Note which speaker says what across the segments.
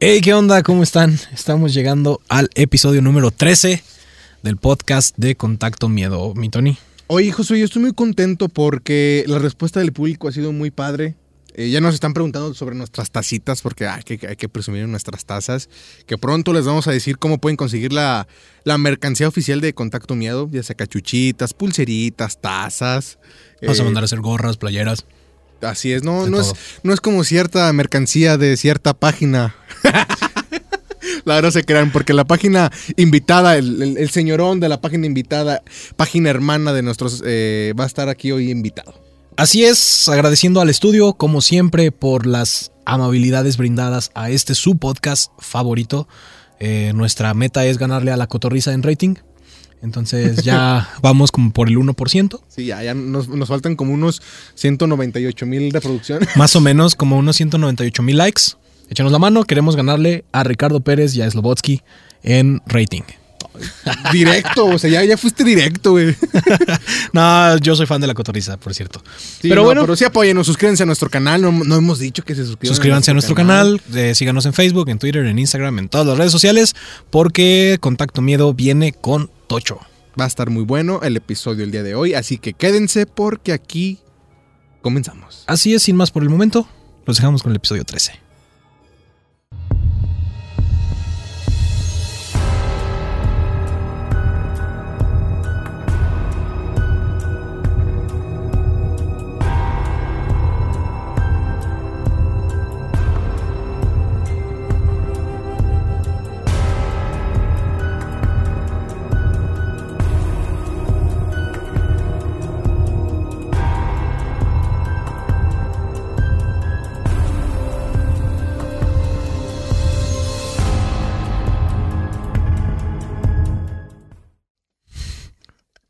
Speaker 1: Hey, ¿qué onda? ¿Cómo están? Estamos llegando al episodio número 13 del podcast de Contacto Miedo. Mi Tony.
Speaker 2: Oye, Josué, yo estoy muy contento porque la respuesta del público ha sido muy padre. Eh, ya nos están preguntando sobre nuestras tacitas, porque ah, que- que hay que presumir en nuestras tazas. Que pronto les vamos a decir cómo pueden conseguir la, la mercancía oficial de Contacto Miedo, ya sea cachuchitas, pulseritas, tazas.
Speaker 1: Vamos a
Speaker 2: Eh,
Speaker 1: mandar a hacer gorras, playeras.
Speaker 2: Así es, no,
Speaker 1: de
Speaker 2: no es,
Speaker 1: todo.
Speaker 2: no es como cierta mercancía de cierta página. La verdad se crean, porque la página invitada, el, el- el señorón de la página invitada, página hermana de nuestros, eh, va a estar aquí hoy invitado.
Speaker 1: Así es, agradeciendo al estudio, como siempre, por las amabilidades brindadas a este su podcast favorito. Eh, nuestra meta es ganarle a la cotorriza en rating. Entonces ya vamos como por el 1%.
Speaker 2: Sí, ya, ya nos, nos faltan como unos 198 mil de producción.
Speaker 1: Más o menos como unos 198 mil likes. Échanos la mano, queremos ganarle a Ricardo Pérez y a Slobotsky en rating.
Speaker 2: directo, o sea, ya, ya fuiste directo, güey.
Speaker 1: No, yo soy fan de la cotorriza, por cierto.
Speaker 2: Sí,
Speaker 1: pero
Speaker 2: no,
Speaker 1: bueno,
Speaker 2: Pero sí, apóyennos, suscríbanse a nuestro canal. No, no hemos dicho que se suscriban.
Speaker 1: suscríbanse a nuestro canal, eh, síganos en Facebook, en Twitter, en Instagram, en todas las redes sociales, porque Contacto Miedo viene con Tocho.
Speaker 2: Va a estar muy bueno el episodio el día de hoy, así que quédense porque aquí comenzamos.
Speaker 1: Así es, sin más por el momento, los dejamos con el episodio 13.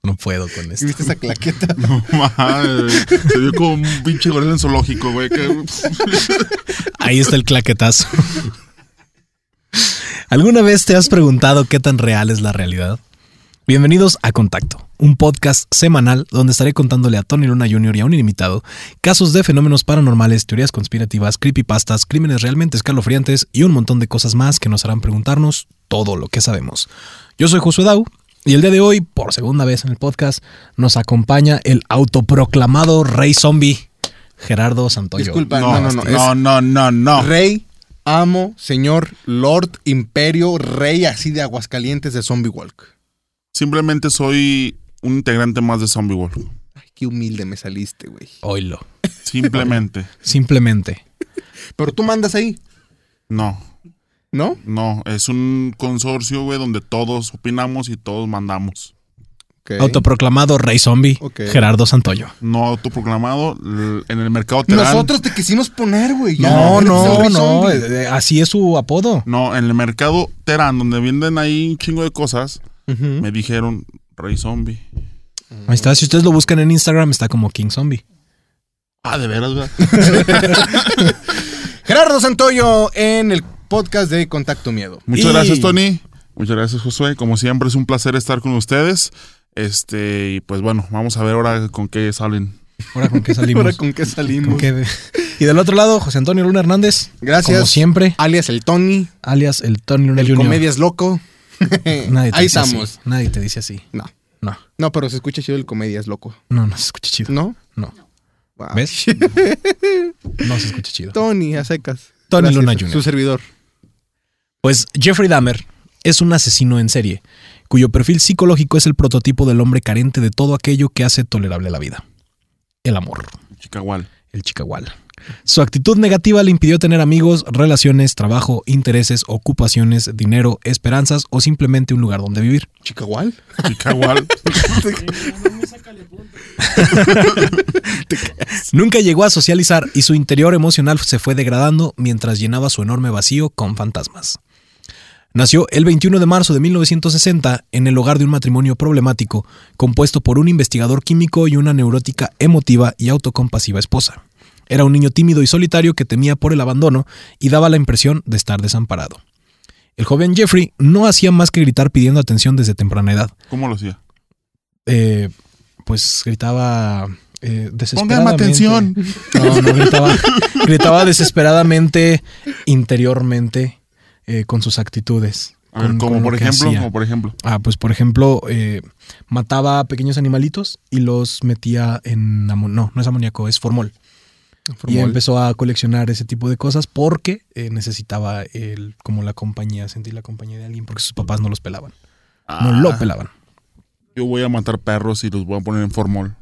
Speaker 1: No puedo con esto.
Speaker 2: ¿Viste esa claqueta?
Speaker 3: No mames. Se vio como un pinche gorila en zoológico, güey. que-
Speaker 1: Ahí está el claquetazo. ¿Alguna vez te has preguntado qué tan real es la realidad? Bienvenidos a Contacto, un podcast semanal donde estaré contándole a Tony Luna Jr. y a un inimitado casos de fenómenos paranormales, teorías conspirativas, creepypastas, crímenes realmente escalofriantes y un montón de cosas más que nos harán preguntarnos todo lo que sabemos. Yo soy Josué Dau y el día de hoy, por segunda vez en el podcast, nos acompaña el autoproclamado rey zombie, Gerardo Santoyo.
Speaker 2: Disculpa,
Speaker 3: No, no, no, no, no, no, no.
Speaker 2: es Rey, amo, señor, lord, imperio, rey así de Aguascalientes de Zombie Walk.
Speaker 3: Simplemente soy un integrante más de Zombie World.
Speaker 2: Ay, qué humilde me saliste, güey.
Speaker 1: Oilo.
Speaker 3: Simplemente.
Speaker 1: Simplemente.
Speaker 2: Pero tú mandas ahí,
Speaker 3: No,
Speaker 2: ¿no?
Speaker 3: no. Es un consorcio, güey, donde todos opinamos y todos mandamos.
Speaker 2: Ok.
Speaker 1: Autoproclamado rey zombie,
Speaker 2: Ok.
Speaker 1: Gerardo Santoyo.
Speaker 3: No autoproclamado l- en el mercado terán.
Speaker 2: Nosotros te quisimos poner, güey. ya.
Speaker 3: No,
Speaker 2: Eres el rey zombie.
Speaker 1: eh, eh, Así es su apodo.
Speaker 3: No, en el mercado Terán, donde venden ahí un chingo de cosas,
Speaker 1: eh,
Speaker 2: Ujú.
Speaker 3: me dijeron Rey Zombie.
Speaker 2: Mm.
Speaker 1: Ahí está. Si ustedes lo buscan en Instagram, está como King Zombie.
Speaker 3: Ah, de veras, ¿verdad?
Speaker 2: Gerardo Santoyo en el podcast de Contacto Miedo.
Speaker 3: Muchas
Speaker 1: Y-
Speaker 3: gracias, Tony. Muchas gracias, Josué. Como siempre, es un placer estar con ustedes. Este, y pues bueno, vamos a ver ahora con qué salen.
Speaker 1: Ahora con qué salimos.
Speaker 2: Ahora con qué
Speaker 1: ¿Con
Speaker 2: salimos.
Speaker 1: qué? Y del otro lado, José Antonio Luna Hernández.
Speaker 2: Gracias.
Speaker 1: Como siempre,
Speaker 2: Alias el Tony,
Speaker 1: alias el Tony Luna
Speaker 2: el
Speaker 1: Jr.
Speaker 2: Comedias Loco.
Speaker 1: Nadie te
Speaker 2: Ahí
Speaker 1: dice así.
Speaker 2: estamos.
Speaker 1: Nadie te dice así.
Speaker 2: No,
Speaker 1: No,
Speaker 2: no, pero se escucha chido el Comedias Loco,
Speaker 1: no, no se escucha chido.
Speaker 2: ¿no?
Speaker 1: No.
Speaker 2: Wow.
Speaker 1: ¿Ves? No se escucha chido.
Speaker 2: Tony, a secas.
Speaker 1: Tony Luna Jr..
Speaker 2: Su servidor.
Speaker 1: Pues Jeffrey Dahmer es un asesino en serie, cuyo perfil psicológico es el prototipo del hombre carente de todo aquello que hace tolerable la vida. El amor,
Speaker 3: Chicagual.
Speaker 1: el chicahual. Su actitud negativa le impidió tener amigos, relaciones, trabajo, intereses, ocupaciones, dinero, esperanzas o simplemente un lugar donde vivir.
Speaker 2: ¿Chicagual?
Speaker 3: Chicagual.
Speaker 1: Nunca llegó a socializar y su interior emocional se fue degradando mientras llenaba su enorme vacío con fantasmas. Nació el 21 de marzo de 1960 en el hogar de un matrimonio problemático, compuesto por un investigador químico y una neurótica emotiva y autocompasiva esposa. Era un niño tímido y solitario que temía por el abandono y daba la impresión de estar desamparado. El joven Jeffrey no hacía más que gritar pidiendo atención desde temprana edad.
Speaker 3: ¿Cómo lo hacía?
Speaker 1: Eh, pues gritaba eh,
Speaker 3: Pónganme
Speaker 1: desesperadamente.
Speaker 3: atención.
Speaker 1: No, no gritaba. gritaba desesperadamente, interiormente. eh, con sus actitudes.
Speaker 3: A ver,
Speaker 1: con-
Speaker 3: como
Speaker 1: con lo
Speaker 3: por
Speaker 1: que
Speaker 3: ejemplo,
Speaker 1: hacía.
Speaker 3: como por ejemplo.
Speaker 1: Ah, pues por ejemplo, eh, mataba a pequeños animalitos y los metía en amon- no, no es amoníaco, es formol. Y
Speaker 2: Formol.
Speaker 1: empezó a coleccionar ese tipo de cosas porque eh, necesitaba el, como la compañía, sentir la compañía de alguien porque sus papás no los pelaban. No
Speaker 3: Ah,
Speaker 1: lo pelaban.
Speaker 3: Yo voy a matar perros y los voy a poner en formol.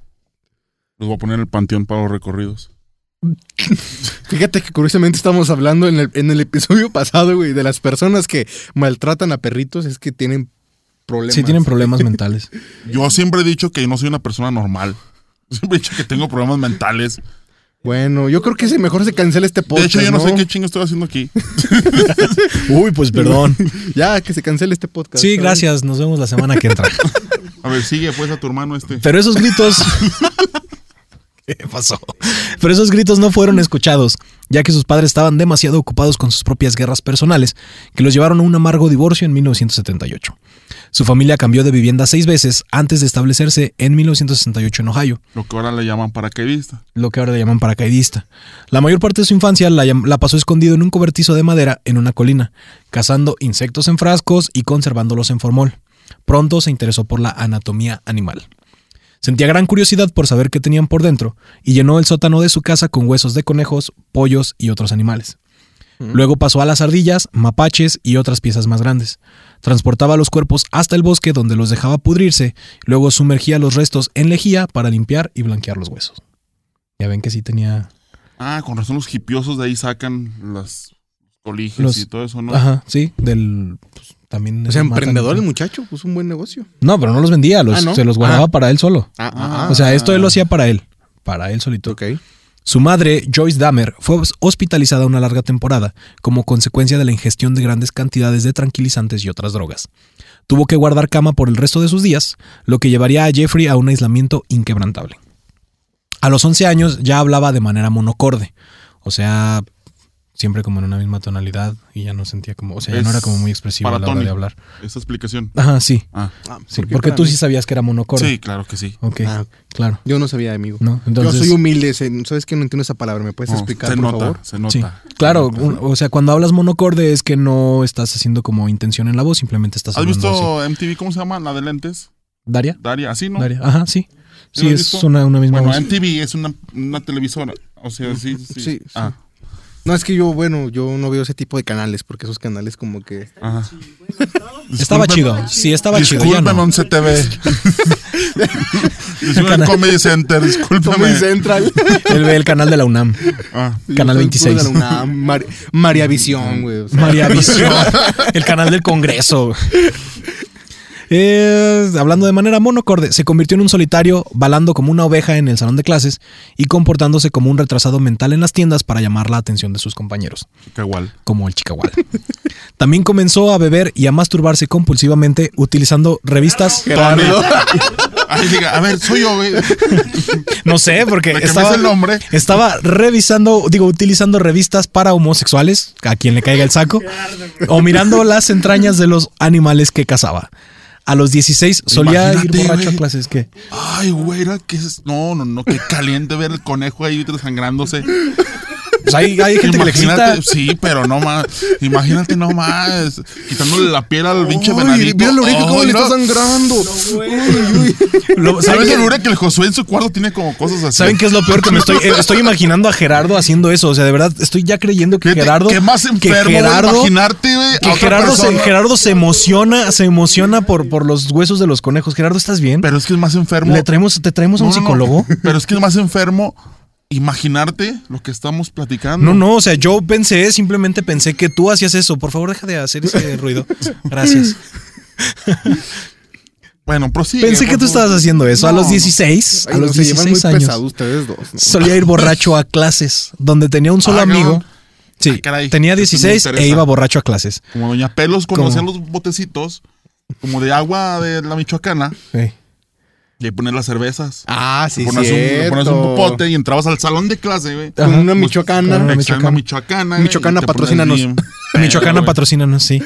Speaker 3: Los voy a poner en el panteón para los recorridos.
Speaker 2: Fíjate que curiosamente estamos hablando en el, en el episodio pasado, güey, de las personas que maltratan a perritos es que tienen problemas.
Speaker 1: Sí, tienen problemas mentales.
Speaker 3: Yo siempre he dicho que no soy una persona normal. Siempre he dicho que tengo problemas mentales.
Speaker 2: Bueno, yo creo que sí, mejor se cancela este
Speaker 3: De
Speaker 2: podcast.
Speaker 3: hecho, yo no
Speaker 2: ¿no?
Speaker 3: sé qué chingo estoy haciendo aquí.
Speaker 1: Uy, pues perdón.
Speaker 2: Ya, que se cancele este podcast.
Speaker 1: Sí,
Speaker 2: ¿sabes?
Speaker 1: gracias. Nos vemos la semana que entra.
Speaker 3: A ver, sigue pues a tu hermano este.
Speaker 1: Pero esos gritos. ¿Qué pasó? Pero esos gritos no fueron escuchados, ya que sus padres estaban demasiado ocupados con sus propias guerras personales, que los llevaron a un amargo divorcio en 1978. Su familia cambió de vivienda seis veces antes de establecerse en 1968 en Ohio,
Speaker 3: Lo que ahora le llaman paracaidista.
Speaker 1: lo que ahora le llaman paracaidista. La mayor parte de su infancia la, llam- la pasó escondido en un cobertizo de madera en una colina, cazando insectos en frascos y conservándolos en formol. Pronto se interesó por la anatomía animal. Sentía gran curiosidad por saber qué tenían por dentro y llenó el sótano de su casa con huesos de conejos, pollos y otros animales. Luego pasó a las ardillas, mapaches y otras piezas más grandes. Transportaba los cuerpos hasta el bosque donde los dejaba pudrirse, luego sumergía los restos en lejía para limpiar y blanquear los huesos. Ya ven que sí tenía...
Speaker 3: Ah, con razón los hipiosos de ahí sacan las coliges
Speaker 1: Los-
Speaker 3: y todo eso, ¿no?
Speaker 1: Ajá, sí, del... pues, también...
Speaker 2: O sea,
Speaker 1: esos matan-
Speaker 2: emprendedor el muchacho, puso un buen negocio.
Speaker 1: No, pero no los vendía, los,
Speaker 2: Ah, ¿no?
Speaker 1: se los guardaba para él solo.
Speaker 2: Ah,
Speaker 3: ah,
Speaker 1: O sea, esto él lo hacía para él, para él solito.
Speaker 2: Ok.
Speaker 1: Su madre, Joyce Dahmer, fue hospitalizada una larga temporada como consecuencia de la ingestión de grandes cantidades de tranquilizantes y otras drogas. Tuvo que guardar cama por el resto de sus días, lo que llevaría a Jeffrey a un aislamiento inquebrantable. A los 11 años ya hablaba de manera monocorde, o sea, siempre como en una misma tonalidad y ya no sentía como, o sea, ya no
Speaker 3: Es
Speaker 1: era como muy expresivo a la hora
Speaker 3: paratónico.
Speaker 1: de hablar.
Speaker 3: Esa explicación.
Speaker 1: Ajá, sí,
Speaker 3: Ah,
Speaker 2: Ah,
Speaker 1: sí,
Speaker 2: ¿por qué
Speaker 1: porque
Speaker 2: para
Speaker 1: tú
Speaker 2: mí?
Speaker 1: sí sabías que era monocorde.
Speaker 3: sí, claro que sí.
Speaker 1: Ok,
Speaker 2: Ah.
Speaker 1: claro.
Speaker 2: Yo no sabía, amigo.
Speaker 1: No, entonces-
Speaker 2: Yo soy humilde, se- ¿sabes que No entiendo esa palabra. ¿Me puedes
Speaker 3: No,
Speaker 2: explicar,
Speaker 3: se
Speaker 2: por
Speaker 3: nota,
Speaker 2: favor?
Speaker 3: se nota.
Speaker 1: Sí, claro, un- o sea, cuando hablas monocorde es que no estás haciendo como intención en la voz, simplemente estás
Speaker 3: ¿Has
Speaker 1: hablando así.
Speaker 3: visto MTV, cómo se llama? La de lentes.
Speaker 1: Daria?
Speaker 3: Daria, así, ¿no?
Speaker 1: Daria, ajá, sí. Sí,
Speaker 3: ¿Sí lo has
Speaker 1: es
Speaker 3: visto?
Speaker 1: una, una misma
Speaker 3: Bueno,
Speaker 1: voz.
Speaker 3: MTV es una, una televisora. O sea, sí, sí.
Speaker 2: Sí, sí.
Speaker 3: Ah,
Speaker 2: No, es que yo, bueno, yo no veo ese tipo de canales porque esos canales como que...
Speaker 3: ajá.
Speaker 1: Estaba
Speaker 3: Disculpen-
Speaker 1: chido, sí, estaba chido, ya
Speaker 3: Disculpen,
Speaker 1: no.
Speaker 3: 11 TV. disculpen,
Speaker 1: Canal-
Speaker 3: Comedy Center,
Speaker 2: Comedy
Speaker 3: discúlpame.
Speaker 2: Central.
Speaker 1: Él ve el canal de la UNAM,
Speaker 3: Ah,
Speaker 1: Canal
Speaker 2: Yo
Speaker 1: 26.
Speaker 2: soy puro de la UNAM, Mar- María Visión, güey. o sea.
Speaker 1: María Visión, el canal del Congreso. Eh, hablando de manera monocorde, se convirtió en un solitario, balando como una oveja en el salón de clases y comportándose como un retrasado mental en las tiendas para llamar la atención de sus compañeros.
Speaker 3: Cagual.
Speaker 1: como el chicahual. También comenzó a beber y a masturbarse compulsivamente utilizando revistas.
Speaker 2: Gerardo.
Speaker 3: Ay, diga, a ver, soy yo, eh. güey.
Speaker 1: No sé, porque
Speaker 3: Me cambiaste
Speaker 1: estaba,
Speaker 3: el nombre.
Speaker 1: estaba revisando, digo, utilizando revistas para homosexuales, a quien le caiga el saco, o mirando las entrañas de los animales que cazaba. A los 16 solía
Speaker 3: Imagínate,
Speaker 1: ir borracho
Speaker 3: güey.
Speaker 1: a clases que
Speaker 3: Ay, güey, era que es- No, no, no, qué caliente ver el conejo ahí sangrándose.
Speaker 1: pues hay, hay gente que le excita.
Speaker 3: Imagínate, sí, pero no más. Imagínate no más. Quitándole la piel al pinche
Speaker 2: Ay,
Speaker 3: venadito.
Speaker 2: Mira la oreja cómo
Speaker 3: Ay,
Speaker 2: le está
Speaker 3: no.
Speaker 2: sangrando.
Speaker 1: Lo-
Speaker 3: ¿Sabes
Speaker 1: ¿saben,
Speaker 3: la
Speaker 1: qué-
Speaker 3: que el Josué en su cuarto tiene como cosas así?
Speaker 1: saben qué es lo peor que me estoy eh, estoy imaginando a Gerardo haciendo eso? O sea, de verdad estoy ya creyendo que
Speaker 3: Fíjate,
Speaker 1: Gerardo
Speaker 3: ¿Qué más
Speaker 1: que
Speaker 3: enfermo güey,
Speaker 1: Gerardo-
Speaker 3: imaginarte, güey? a
Speaker 1: Que
Speaker 3: otra
Speaker 1: Gerardo se,
Speaker 3: persona?
Speaker 1: Gerardo se emociona, se emociona por, por los huesos de los conejos. Gerardo, ¿estás bien?
Speaker 3: Pero es que es más enfermo.
Speaker 1: ¿Le traemos, ¿Te traemos a
Speaker 3: No,
Speaker 1: un
Speaker 3: no, no.
Speaker 1: psicólogo?
Speaker 3: Pero es que es más enfermo imaginarte lo que estamos platicando.
Speaker 1: No, no, o sea, yo pensé, simplemente pensé que tú hacías eso. Por favor, deja de hacer ese ruido. Gracias.
Speaker 3: Bueno, prosigue.
Speaker 1: Pensé que
Speaker 3: por
Speaker 1: tú
Speaker 3: favor.
Speaker 1: estabas haciendo eso. a
Speaker 3: No,
Speaker 1: los
Speaker 3: no.
Speaker 1: 16,
Speaker 2: Ay,
Speaker 1: a
Speaker 2: no,
Speaker 1: los
Speaker 2: se llevan muy
Speaker 1: 16 años,
Speaker 2: pesados ustedes dos. ¿no?
Speaker 1: solía ir borracho a clases, donde tenía un solo
Speaker 3: Ah,
Speaker 1: amigo.
Speaker 3: cabrón.
Speaker 1: Sí,
Speaker 3: Ah, caray,
Speaker 1: tenía
Speaker 3: esto me
Speaker 1: 16
Speaker 3: interesa.
Speaker 1: e iba borracho a clases.
Speaker 3: Como Doña Pelos
Speaker 1: ¿Cómo?
Speaker 3: conocía los botecitos, como de agua de la Michoacana,
Speaker 1: Sí.
Speaker 3: y ahí poner las cervezas.
Speaker 2: Ah, sí,
Speaker 3: Le ponías un- le
Speaker 2: cierto.
Speaker 3: ponías un popote y entrabas al salón de clase, güey.
Speaker 2: Con
Speaker 1: Ajá.
Speaker 2: una
Speaker 1: Con
Speaker 2: michoacana.
Speaker 1: una
Speaker 3: Extra
Speaker 1: Michoacana.
Speaker 3: Michoacana. güey,
Speaker 2: Michoacana,
Speaker 3: y te pones
Speaker 2: patrocínanos.
Speaker 3: bien
Speaker 1: Michoacana
Speaker 3: pedo, güey.
Speaker 1: patrocínanos, sí.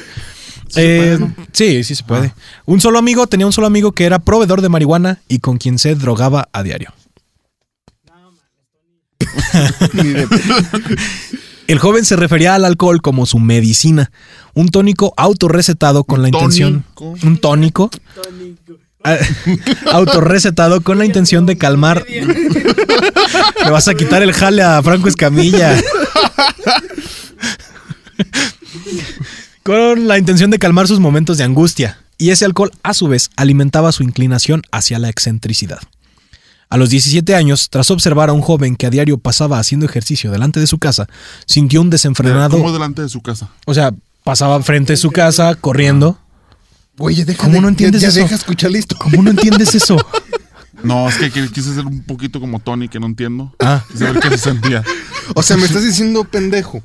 Speaker 3: Sí,
Speaker 1: Eh,
Speaker 3: bueno.
Speaker 1: sí, sí se puede. Un solo amigo, tenía un solo amigo que era proveedor de marihuana y con quien se drogaba a diario. El joven se refería al alcohol como su medicina, un tónico autorrecetado con la intención.
Speaker 3: Tónico.
Speaker 1: Un tónico ah, autorrecetado con la intención de calmar. Le vas a quitar el jale a Franco Escamilla. con la intención de calmar sus momentos de angustia. Y ese alcohol, a su vez, alimentaba su inclinación hacia la excentricidad. A los 17 años, tras observar a un joven que a diario pasaba haciendo ejercicio delante de su casa, sintió un desenfrenado.
Speaker 3: Como delante de su casa.
Speaker 1: O sea, pasaba frente a su casa corriendo.
Speaker 2: Güey, ya deja
Speaker 1: ¿Cómo
Speaker 2: de-
Speaker 1: no entiendes
Speaker 2: ya, ya
Speaker 1: eso?
Speaker 2: deja escuchar listo.
Speaker 1: ¿Cómo no entiendes eso?
Speaker 3: No, es que qu- quise ser un poquito como Tony, que no entiendo.
Speaker 1: Ah.
Speaker 3: Quise ver qué se sentía.
Speaker 2: O sea, me estás diciendo pendejo.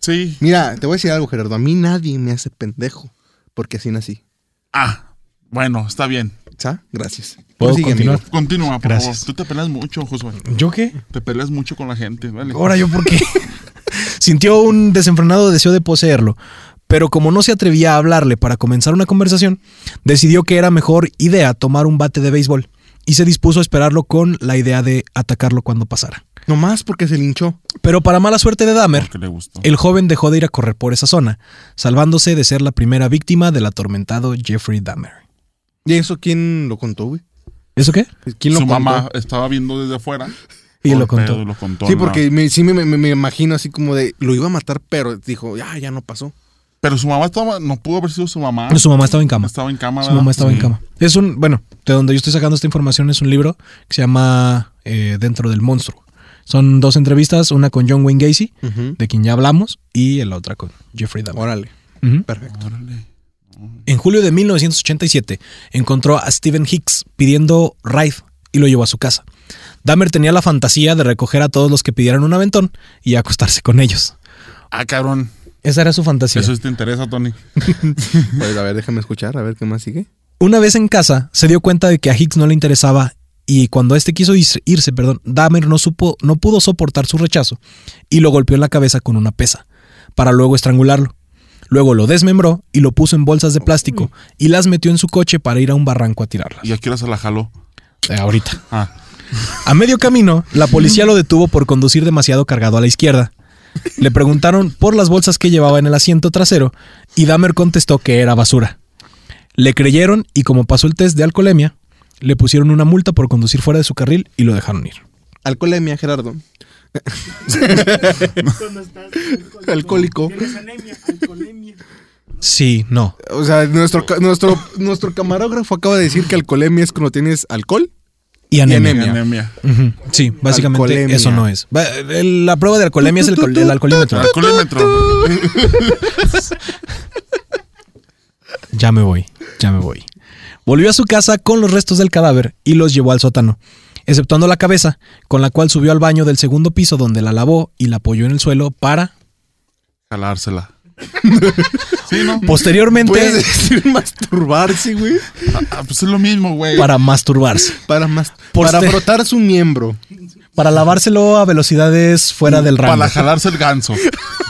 Speaker 3: Sí.
Speaker 2: Mira, te voy a decir algo, Gerardo. A mí nadie me hace pendejo porque así nací.
Speaker 3: Ah, bueno, está bien.
Speaker 2: ¿Sa? Gracias.
Speaker 1: ¿Puedo
Speaker 2: Prosigue,
Speaker 1: continuar?
Speaker 2: amigo.
Speaker 3: Continúa, por
Speaker 1: Gracias.
Speaker 3: favor. Tú te peleas mucho, Josué.
Speaker 1: ¿Yo qué?
Speaker 3: Te peleas mucho con la gente, ¿vale?
Speaker 1: Ahora yo por qué. Sintió un desenfrenado deseo de poseerlo, pero como no se atrevía a hablarle para comenzar una conversación, decidió que era mejor idea tomar un bate de béisbol y se dispuso a esperarlo con la idea de atacarlo cuando pasara.
Speaker 2: Nomás porque se linchó.
Speaker 1: Pero para mala suerte de Dahmer,
Speaker 3: Porque le gustó.
Speaker 1: el joven dejó de ir a correr por esa zona, salvándose de ser la primera víctima del atormentado Jeffrey Dahmer.
Speaker 2: ¿Y eso quién lo contó, güey?
Speaker 1: ¿Eso qué?
Speaker 2: ¿Quién lo
Speaker 3: Su
Speaker 2: contó?
Speaker 3: mamá estaba viendo desde afuera.
Speaker 1: Y
Speaker 3: Por
Speaker 1: lo contó.
Speaker 3: pedo, lo contó,
Speaker 2: Sí,
Speaker 3: ¿no?
Speaker 2: porque me, sí me, me- me imagino así como de lo iba a matar, pero dijo, ya, ya no pasó.
Speaker 3: Pero su mamá estaba. No pudo haber sido su mamá.
Speaker 1: Su mamá estaba en cama.
Speaker 3: Estaba en cama.
Speaker 1: Su
Speaker 3: ¿verdad?
Speaker 1: mamá estaba en
Speaker 3: Sí.
Speaker 1: cama. Es un, bueno, de donde yo estoy sacando esta información es un libro que se llama eh, Dentro del Monstruo. Son dos entrevistas, una con John Wayne Gacy, de quien ya hablamos, y la otra con Jeffrey Dahmer.
Speaker 2: Órale,
Speaker 1: Ujú.
Speaker 2: perfecto.
Speaker 3: Órale.
Speaker 1: En julio de 1987 encontró a Stephen Hicks pidiendo Rife y lo llevó a su casa. Dahmer tenía la fantasía de recoger a todos los que pidieran un aventón y acostarse con ellos.
Speaker 3: Ah, cabrón.
Speaker 1: Esa era su fantasía.
Speaker 3: Eso sí te interesa, Tony.
Speaker 2: Pues a ver, déjame escuchar, a ver qué más sigue.
Speaker 1: Una vez en casa, se dio cuenta de que a Hicks no le interesaba y cuando este quiso irse, irse, perdón, Dahmer no supo, no pudo soportar su rechazo y lo golpeó en la cabeza con una pesa para luego estrangularlo. Luego lo desmembró y lo puso en bolsas de plástico y las metió en su coche para ir a un barranco a tirarlas.
Speaker 3: ¿Y a qué hora se la jaló?
Speaker 1: Eh, ahorita.
Speaker 3: Ah.
Speaker 1: A medio camino, la policía lo detuvo por conducir demasiado cargado a la izquierda. Le preguntaron por las bolsas que llevaba en el asiento trasero y Dahmer contestó que era basura. Le creyeron y como pasó el test de alcoholemia, le pusieron una multa por conducir fuera de su carril y lo dejaron ir.
Speaker 2: Alcoholemia, Gerardo.
Speaker 4: Cuando estás
Speaker 2: Alcohólico.
Speaker 4: Tienes anemia, alcoholemia.
Speaker 1: Sí, no.
Speaker 2: O sea, nuestro, ca- nuestro, nuestro camarógrafo acaba de decir que alcoholemia es cuando tienes alcohol.
Speaker 1: Y anemia.
Speaker 2: anemia.
Speaker 3: Anemia.
Speaker 1: Ujú, Sí, básicamente
Speaker 2: Alcoholemia.
Speaker 1: eso no es. Va- el- La prueba de alcoholemia es el, alcohol- el alcoholímetro.
Speaker 3: Alcoholímetro.
Speaker 1: Ya me voy, ya me voy. Volvió a su casa con los restos del cadáver y los llevó al sótano, exceptuando la cabeza, con la cual subió al baño del segundo piso donde la lavó y la apoyó en el suelo para,
Speaker 3: Jalársela. sí, ¿no?
Speaker 1: posteriormente,
Speaker 2: Puedes
Speaker 3: Pues,
Speaker 2: decir masturbarse, güey.
Speaker 3: Ah, ah, pues es lo mismo, güey.
Speaker 1: para masturbarse,
Speaker 2: Para, mas-
Speaker 1: Poste-
Speaker 2: para frotar su miembro.
Speaker 1: para lavárselo a velocidades fuera del rango.
Speaker 3: Para jalarse el ganso.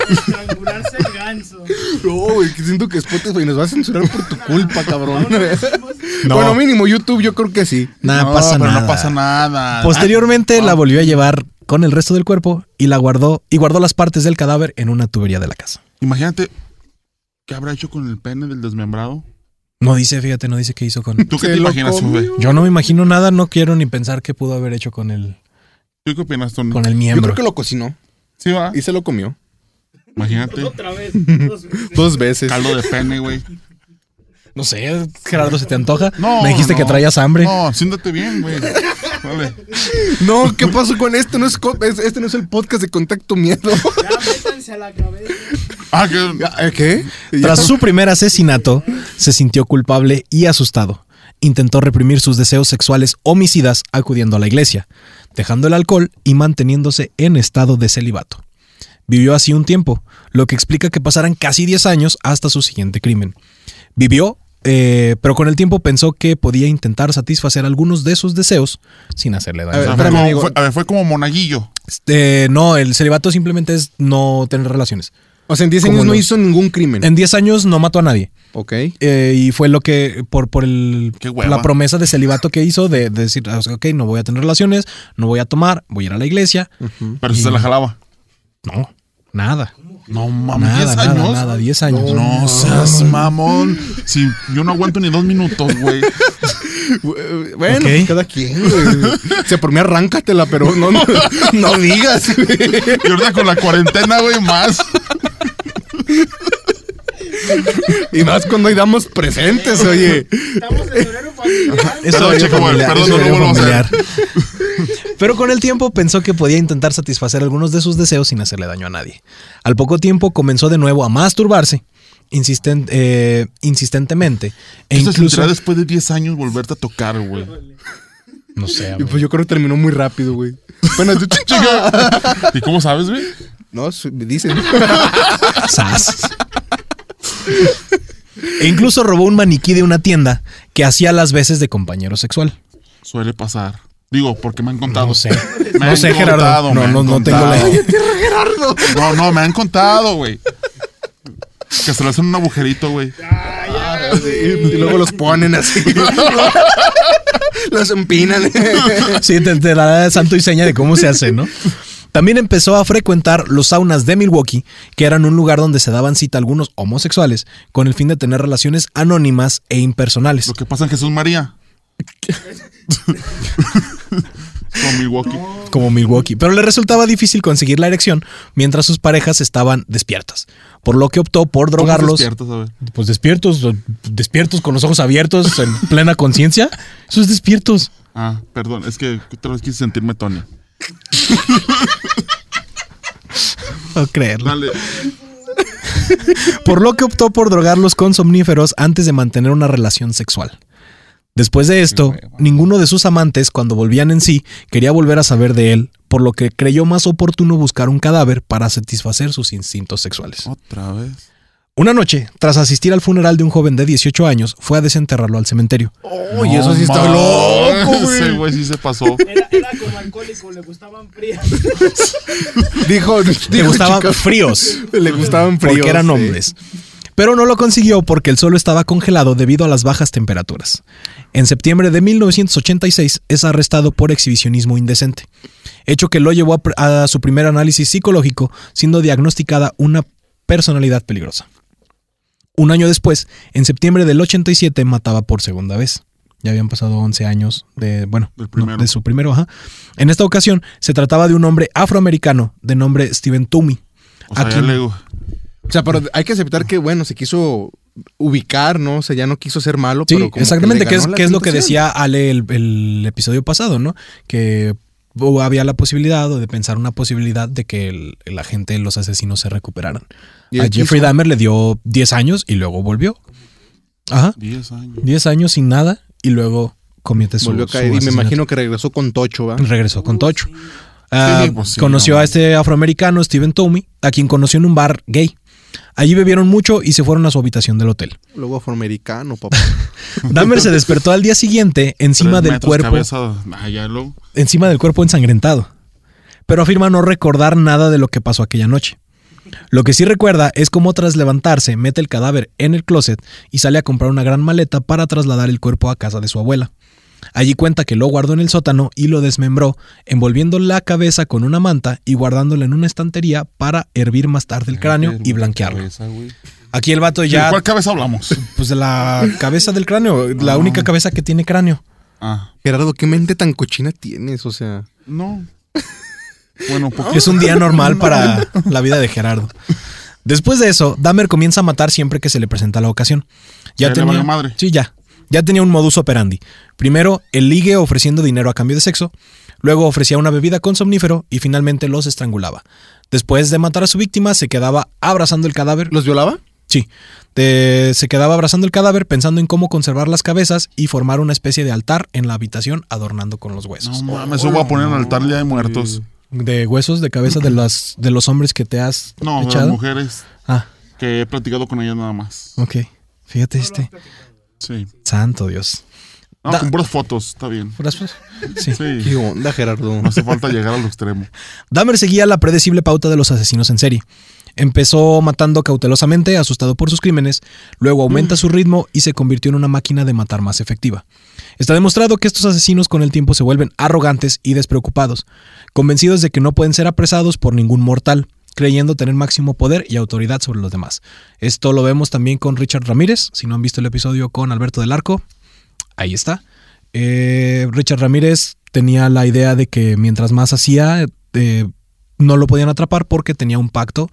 Speaker 4: Estrangularte el ganso.
Speaker 2: No, güey, que siento que Spotify nos va a censurar por tu culpa, cabrón.
Speaker 1: No.
Speaker 2: Bueno, mínimo YouTube, yo creo que sí.
Speaker 1: Nah,
Speaker 3: no,
Speaker 1: pasa
Speaker 3: pero
Speaker 1: nada.
Speaker 3: no pasa nada.
Speaker 1: Posteriormente la volvió a llevar con el resto del cuerpo y la guardó y guardó las partes del cadáver en una tubería de la casa.
Speaker 3: Ah, imagínate qué habrá hecho con el pene del desmembrado.
Speaker 1: No dice, fíjate, no dice qué hizo con.
Speaker 3: ¿Tú qué
Speaker 2: Se
Speaker 3: te
Speaker 2: lo
Speaker 3: imaginas,
Speaker 2: comió.
Speaker 3: güey?
Speaker 1: Yo no me imagino nada, no quiero ni pensar qué pudo haber hecho con el
Speaker 3: ¿Tú qué opinas, Tony?
Speaker 1: con el
Speaker 2: Yo
Speaker 1: miembro.
Speaker 2: creo que lo cocinó
Speaker 3: Sí, va.
Speaker 2: y se lo comió.
Speaker 3: Imagínate.
Speaker 4: Otra vez. dos veces.
Speaker 2: Dos veces.
Speaker 3: Caldo de pene, güey.
Speaker 1: No sé, Gerardo, ¿se te antoja?
Speaker 3: No,
Speaker 1: Me dijiste
Speaker 3: no.
Speaker 1: que traías hambre.
Speaker 3: No, siéntate bien, güey. Vale.
Speaker 2: No, ¿qué pasó con esto? No es co- es- este no es el podcast de contacto miedo.
Speaker 4: Ya, métanse a la cabeza.
Speaker 3: Ah, que.
Speaker 2: ¿Qué?
Speaker 1: eh, Tras su primer asesinato, se sintió culpable y asustado. Intentó reprimir sus deseos sexuales homicidas acudiendo a la iglesia, dejando el alcohol y manteniéndose en estado de celibato. Vivió así un tiempo, lo que explica que pasaran casi 10 años hasta su siguiente crimen. Vivió, eh, pero con el tiempo pensó que podía intentar satisfacer algunos de sus deseos sin hacerle daño.
Speaker 2: A
Speaker 3: O sea,
Speaker 2: ver,
Speaker 3: fue
Speaker 2: espérame,
Speaker 3: como-
Speaker 2: amigo.
Speaker 3: fue- a ver, fue como monaguillo.
Speaker 1: Este, no, el celibato simplemente es no tener relaciones.
Speaker 2: O sea, en 10
Speaker 1: ¿Cómo
Speaker 2: años no
Speaker 1: no?
Speaker 2: hizo ningún crimen.
Speaker 1: En 10 años no mató a nadie.
Speaker 2: Ok.
Speaker 1: Eh, y fue lo que, por, por el,
Speaker 3: Qué hueva.
Speaker 1: la promesa de celibato que hizo, de, de decir, ah, ok, no voy a tener relaciones, no voy a tomar, voy a ir a la iglesia.
Speaker 3: Pero si se la jalaba.
Speaker 1: No, nada.
Speaker 3: No mames,
Speaker 1: Nada,
Speaker 3: 10
Speaker 1: nada,
Speaker 3: años.
Speaker 1: nada, 10 años.
Speaker 3: No seas mamón. Si yo no aguanto ni dos minutos, güey.
Speaker 2: Bueno,
Speaker 1: Ok.
Speaker 2: cada quien, güey. O sea, por mí arráncatela, pero no, no, no digas, güey.
Speaker 3: Y ahorita con la cuarentena, güey,
Speaker 1: E
Speaker 3: más.
Speaker 2: Y más cuando ahí damos presentes, oye.
Speaker 4: Estamos en horario familiar.
Speaker 1: Es
Speaker 3: Perdón,
Speaker 1: horario
Speaker 3: Checo,
Speaker 1: familiar,
Speaker 3: perdón,
Speaker 1: es
Speaker 3: no lo
Speaker 1: horario
Speaker 3: vuelvo a hacer.
Speaker 1: familiar. Pero con el tiempo pensó que podía intentar satisfacer algunos de sus deseos sin hacerle daño a nadie. Al poco tiempo comenzó de nuevo a masturbarse insisten- eh, insistentemente e
Speaker 3: Esto
Speaker 1: incluso...
Speaker 3: es después de 10 años volverte a tocar, güey.
Speaker 1: No sé,
Speaker 2: Y pues yo creo que terminó muy rápido, güey. Bueno, tú
Speaker 3: ¿Y cómo sabes, güey?
Speaker 2: No, su- dicen.
Speaker 1: Sas. E incluso robó un maniquí de una tienda que hacía las veces de compañero sexual.
Speaker 3: Suele pasar. Digo, porque me han contado.
Speaker 1: No sé.
Speaker 3: Me
Speaker 1: No
Speaker 3: han
Speaker 1: sé, Gerardo.
Speaker 3: contado,
Speaker 1: No,
Speaker 3: me han
Speaker 1: no, no tengo
Speaker 3: contado.
Speaker 1: la
Speaker 3: No, no, me han contado, güey. Que se le hacen un agujerito, güey.
Speaker 2: Y luego los ponen así. los empinan.
Speaker 1: Sí, te, te da santo y seña de cómo se hace, ¿no? También empezó a frecuentar los saunas de Milwaukee, que eran un lugar donde se daban cita algunos homosexuales con el fin de tener relaciones anónimas e impersonales.
Speaker 3: Lo que pasa en Jesús María. Con Milwaukee.
Speaker 1: como Milwaukee, pero le resultaba difícil conseguir la erección mientras sus parejas estaban despiertas, por lo que optó por
Speaker 3: ¿Cómo
Speaker 1: drogarlos.
Speaker 3: despiertas, a ver?
Speaker 1: Pues despiertos, o- despiertos con los ojos abiertos, en plena conciencia. Eso es despiertos.
Speaker 3: Ah, perdón, es que otra vez quise sentirme Tony.
Speaker 1: No creerlo.
Speaker 3: Dale.
Speaker 1: Por lo que optó por drogarlos con somníferos antes de mantener una relación sexual. Después de esto, ninguno de sus amantes, cuando volvían en sí, quería volver a saber de él, por lo que creyó más oportuno buscar un cadáver para satisfacer sus instintos sexuales.
Speaker 3: Otra vez.
Speaker 1: Una noche, tras asistir al funeral de un joven de 18 años, fue a desenterrarlo al cementerio.
Speaker 2: Oye, eso sí está loco, güey.
Speaker 3: Ese güey sí se pasó.
Speaker 4: Era, era como alcohólico, le gustaban frías.
Speaker 2: Dijo,
Speaker 1: Le
Speaker 2: dijo
Speaker 1: gustaban
Speaker 2: chicas,
Speaker 1: fríos,
Speaker 2: le gustaban fríos.
Speaker 1: porque eran
Speaker 2: sí.
Speaker 1: hombres. Pero no lo consiguió porque el suelo estaba congelado debido a las bajas temperaturas. En septiembre de 1986 es arrestado por exhibicionismo indecente, hecho que lo llevó a pr- a, su primer análisis psicológico siendo diagnosticada una personalidad peligrosa. Un año después, en septiembre del 87, mataba por segunda vez. Ya habían pasado 11 años de, bueno,
Speaker 3: Del
Speaker 1: no,
Speaker 3: primero.
Speaker 1: de su primero, ajá. En esta ocasión, se trataba de un hombre afroamericano de nombre Steven Toomey.
Speaker 3: O sea,
Speaker 1: a
Speaker 3: ya
Speaker 1: quien-
Speaker 3: le digo,
Speaker 2: O sea, pero hay que aceptar que, bueno, se quiso ubicar, ¿no? O sea, ya no quiso ser malo.
Speaker 1: Sí,
Speaker 2: pero como
Speaker 1: exactamente,
Speaker 2: le
Speaker 1: que, es,
Speaker 2: ganó la
Speaker 1: que es lo que
Speaker 2: tentación.
Speaker 1: decía Ale el, el episodio pasado, ¿no? Que o había la posibilidad o de pensar una posibilidad de que el- la gente, los asesinos se recuperaran.
Speaker 2: Y
Speaker 1: A
Speaker 2: él
Speaker 1: Jeffrey
Speaker 2: quiso.
Speaker 1: Dahmer le dio 10 años y luego volvió. Ajá,
Speaker 3: 10 años.
Speaker 1: 10 años sin nada y luego comete su
Speaker 2: Volvió a
Speaker 1: su
Speaker 2: caer y me
Speaker 1: asesinato. Pues,
Speaker 2: imagino que regresó con Tocho, ¿va?
Speaker 1: Regresó con Tocho. Ah,
Speaker 3: Sí, pues sí,
Speaker 1: conoció
Speaker 3: no.
Speaker 1: a este afroamericano, Steven Tomey, a quien conoció en un bar gay. Allí bebieron mucho y se fueron a su habitación del hotel.
Speaker 2: Luego afroamericano, papá.
Speaker 1: Dahmer se despertó al día siguiente encima
Speaker 3: Tres
Speaker 1: del
Speaker 3: metros,
Speaker 1: cuerpo.
Speaker 3: cabeza, ah, ya lo-
Speaker 1: encima del cuerpo ensangrentado, pero afirma no recordar nada de lo que pasó aquella noche. Lo que sí recuerda es cómo tras levantarse mete el cadáver en el closet y sale a comprar una gran maleta para trasladar el cuerpo a casa de su abuela. Allí cuenta que lo guardó en el sótano y lo desmembró, envolviendo la cabeza con una manta y guardándola en una estantería para Ah, hervir más tarde el cráneo y blanquearlo.
Speaker 3: Cabeza, güey.
Speaker 1: Aquí el vato
Speaker 3: ¿De
Speaker 1: ya,
Speaker 3: cuál cabeza hablamos?
Speaker 1: pues de la cabeza del cráneo, la única cabeza que tiene cráneo.
Speaker 3: Ah,
Speaker 2: Gerardo, ¿qué mente tan cochina tienes? O sea,
Speaker 3: no. Bueno, porque
Speaker 1: Es un día normal para la vida de Gerardo. Después de eso, Dahmer comienza a matar siempre que se le presenta la ocasión. Ya
Speaker 3: Ya le
Speaker 1: tenía,
Speaker 3: valió madre.
Speaker 1: Sí, ya. Ya tenía un modus operandi. Primero, el ligue ofreciendo dinero a cambio de sexo. Luego ofrecía una bebida con somnífero y finalmente los estrangulaba. Después de matar a su víctima, se quedaba abrazando el cadáver.
Speaker 2: ¿los violaba?
Speaker 1: Sí. De- se quedaba abrazando el cadáver pensando en cómo conservar las cabezas y formar una especie de altar en la habitación adornando con los
Speaker 3: No
Speaker 1: huesos.
Speaker 3: mames, eso voy a poner en el altar ya de muertos.
Speaker 1: De huesos de cabeza de, las, de los hombres que te has
Speaker 3: No, de las
Speaker 1: echado.
Speaker 3: mujeres
Speaker 1: Ah,
Speaker 3: que he platicado con ellas nada más.
Speaker 1: ok. Fíjate este.
Speaker 3: Sí.
Speaker 1: Santo Dios.
Speaker 3: No,
Speaker 1: Da-
Speaker 3: con puras fotos, está bien.
Speaker 1: Gracias. Sí.
Speaker 3: Sí.
Speaker 2: ¿Qué onda, Gerardo?
Speaker 3: No hace falta llegar al extremo.
Speaker 1: Dahmer seguía la predecible pauta de los asesinos en serie. Empezó matando cautelosamente, asustado por sus crímenes, luego aumenta su ritmo y se convirtió en una máquina de matar más efectiva. Está demostrado que estos asesinos con el tiempo se vuelven arrogantes y despreocupados, convencidos de que no pueden ser apresados por ningún mortal, creyendo tener máximo poder y autoridad sobre los demás. Esto lo vemos también con Richard Ramírez. Si no han visto el episodio con Alberto del Arco, ahí está. Eh, Richard Ramírez tenía la idea de que mientras más hacía, eh, no lo podían atrapar porque tenía un pacto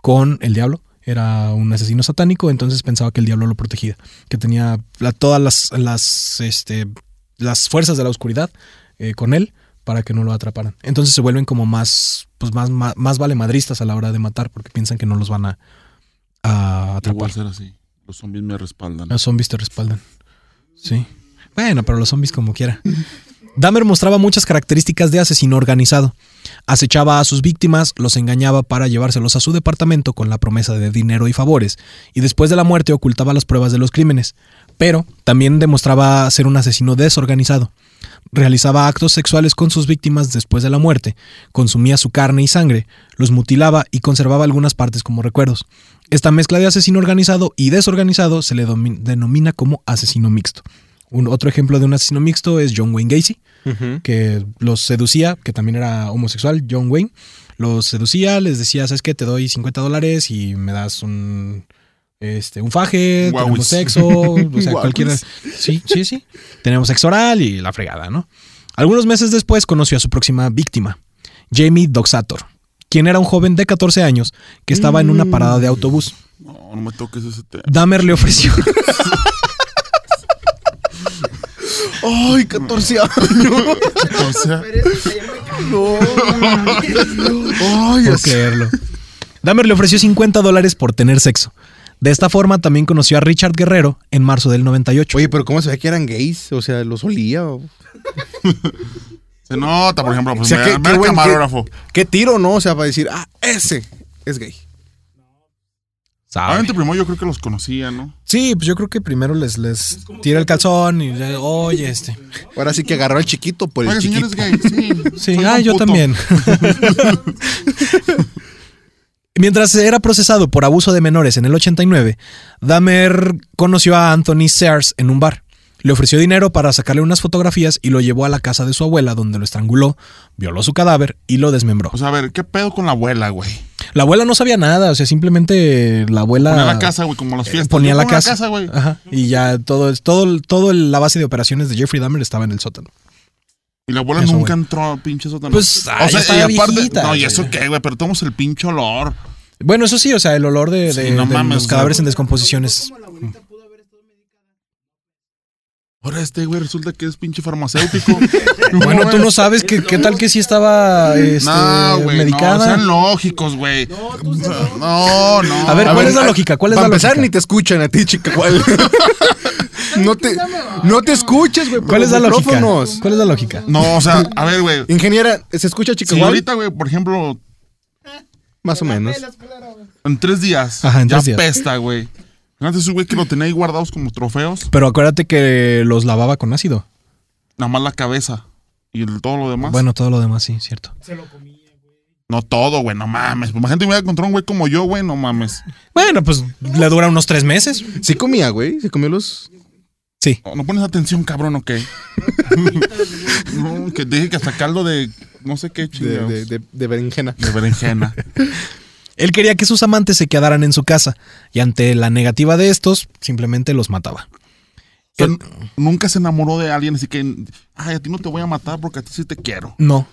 Speaker 1: con el diablo. Era un asesino satánico, entonces pensaba que el diablo lo protegía, que tenía la- todas las, las, este, las fuerzas de la oscuridad eh, con él para que no lo atraparan. Entonces se vuelven como más, pues más, más, más valemadristas a la hora de matar porque piensan que no los van a, a
Speaker 3: Yo voy
Speaker 1: atrapar.
Speaker 3: a ser así. Los zombies me respaldan.
Speaker 1: Los zombies te respaldan. Sí. Bueno, pero los zombies como quiera. Dahmer mostraba muchas características de asesino organizado. Acechaba a sus víctimas, los engañaba para llevárselos a su departamento con la promesa de dinero y favores, y después de la muerte ocultaba las pruebas de los crímenes. Pero también demostraba ser un asesino desorganizado. Realizaba actos sexuales con sus víctimas después de la muerte, consumía su carne y sangre, los mutilaba y conservaba algunas partes como recuerdos. Esta mezcla de asesino organizado y desorganizado se le domi- denomina como asesino mixto. Un, otro ejemplo de un asesino mixto es John Wayne Gacy, que los seducía, que también era homosexual, John Wayne. Los seducía, les decía, ¿sabes qué? Te doy 50 dólares y me das un... Este, un faje,
Speaker 3: Guauis.
Speaker 1: tenemos sexo, o sea,
Speaker 3: Guauis.
Speaker 1: cualquiera. Sí, sí, sí. Tenemos sexo oral y la fregada, ¿no? Algunos meses después conoció a su próxima víctima, Jamie Doxator, quien era un joven de 14 años que estaba en una parada de autobús.
Speaker 3: No, no me toques ese tema.
Speaker 1: Dahmer le ofreció.
Speaker 2: ¡Ay, 14 años!
Speaker 3: O sea,
Speaker 4: Pero eso se llama
Speaker 2: ¡No! ¡Ay,
Speaker 1: por
Speaker 2: así-
Speaker 1: creerlo. Dahmer le ofreció 50 dólares por tener sexo. De esta forma también conoció a Richard Guerrero en marzo del 98.
Speaker 2: Oye, pero ¿cómo se ve que eran gays? O sea, ¿los olía? O...
Speaker 3: se nota, por ejemplo, pues
Speaker 2: O sea,
Speaker 3: me-
Speaker 2: qué- qué
Speaker 3: me da el
Speaker 2: buen- qué-
Speaker 3: camarógrafo.
Speaker 2: ¿Qué tiro, no? O sea, para decir, ah, ese es gay.
Speaker 1: Sabe.
Speaker 3: Obviamente, primero yo creo que los conocía, ¿no?
Speaker 1: Sí, pues yo creo que primero les, les tira el calzón y le- oye, este.
Speaker 2: Ahora sí que agarró al chiquito por el
Speaker 3: Oiga, señor
Speaker 2: Pues, chiquito.
Speaker 3: es gay. Sí,
Speaker 1: Sí,
Speaker 3: Soy
Speaker 1: ah,
Speaker 3: un
Speaker 1: yo
Speaker 3: puto.
Speaker 1: también. Mientras era procesado por abuso de menores en el 89, Dahmer conoció a Anthony Sears en un bar. Le ofreció dinero para sacarle unas fotografías y lo llevó a la casa de su abuela donde lo estranguló, violó su cadáver y lo desmembró.
Speaker 3: O sea, a ver, ¿qué pedo con la abuela, güey?
Speaker 1: La abuela no sabía nada, o sea, simplemente la abuela eh,
Speaker 3: Ponía la casa, güey, como las fiestas.
Speaker 1: Ah. ponía
Speaker 3: Yo
Speaker 1: la
Speaker 3: pongo
Speaker 1: casa,
Speaker 3: güey.
Speaker 1: Ajá, y ya todo todo todo el- la base de operaciones de Jeffrey Dahmer estaba en el sótano.
Speaker 3: Y la abuela
Speaker 1: Eso,
Speaker 3: nunca
Speaker 1: güey.
Speaker 3: entró a pinche sótano.
Speaker 1: Pues, ah, ya estaba viejita,
Speaker 3: no, y
Speaker 1: güey.
Speaker 3: eso qué, güey, pero tomamos el pinche olor.
Speaker 1: Bueno, eso sí, o sea, el olor de,
Speaker 3: Sí,
Speaker 1: de-
Speaker 3: no
Speaker 1: de
Speaker 3: mames,
Speaker 1: los
Speaker 3: güey.
Speaker 1: cadáveres en descomposiciones.
Speaker 4: Como la abuelita pudo haber estado medicada.
Speaker 3: Ahora este, güey, resulta que es pinche farmacéutico.
Speaker 1: Bueno, tú no sabes que, qué tal que sí estaba este,
Speaker 3: No, güey,
Speaker 1: medicada.
Speaker 3: no, sean lógicos, güey.
Speaker 4: No, tú se lo-
Speaker 3: No, no.
Speaker 1: A ver,
Speaker 2: A
Speaker 1: ¿cuál
Speaker 2: ver,
Speaker 1: es la
Speaker 2: a-
Speaker 1: lógica? ¿Cuál es
Speaker 2: Para
Speaker 1: la
Speaker 2: empezar,
Speaker 1: lógica?
Speaker 2: ni te escuchan a ti, chica. ¿cuál? no, te, no te escuches, güey. por
Speaker 1: ¿Cuál es
Speaker 2: los
Speaker 1: la lógica?
Speaker 2: micrófonos.
Speaker 1: ¿Cuál es la lógica?
Speaker 3: No, o sea, a ver, güey.
Speaker 2: Ingeniera, ¿se escucha, chica?
Speaker 3: Si
Speaker 2: ¿cuál?
Speaker 3: ahorita, güey, por ejemplo,
Speaker 2: Más o menos.
Speaker 4: Las claras, güey.
Speaker 3: en tres días
Speaker 1: Ajá, en
Speaker 3: ya
Speaker 1: tres días.
Speaker 3: pesta, güey. Antes un güey que lo tenía ahí guardados como trofeos,
Speaker 1: Pero acuérdate que los lavaba con ácido.
Speaker 3: nada más la cabeza y el- todo lo demás.
Speaker 1: Bueno, todo lo demás, sí, cierto.
Speaker 4: Se lo comía, güey.
Speaker 3: No todo, güey, no mames. Pues, Imagínate, me voy a encontrar un güey como yo, güey, no mames.
Speaker 1: Bueno, pues le dura unos tres meses.
Speaker 2: Sí comía, güey. Se comió los...
Speaker 1: Sí.
Speaker 3: No, no pones atención, cabrón, ¿o qué? no, que dije que hasta caldo de no sé qué
Speaker 2: De,
Speaker 3: chingados.
Speaker 2: de- de- de berenjena.
Speaker 3: de berenjena.
Speaker 1: Él quería que sus amantes se quedaran en su casa y ante la negativa de estos, simplemente los mataba.
Speaker 3: O sea,
Speaker 1: Él-
Speaker 3: n- nunca se enamoró de alguien, así que, ay, a ti no te voy a matar porque a ti sí te quiero.
Speaker 1: No.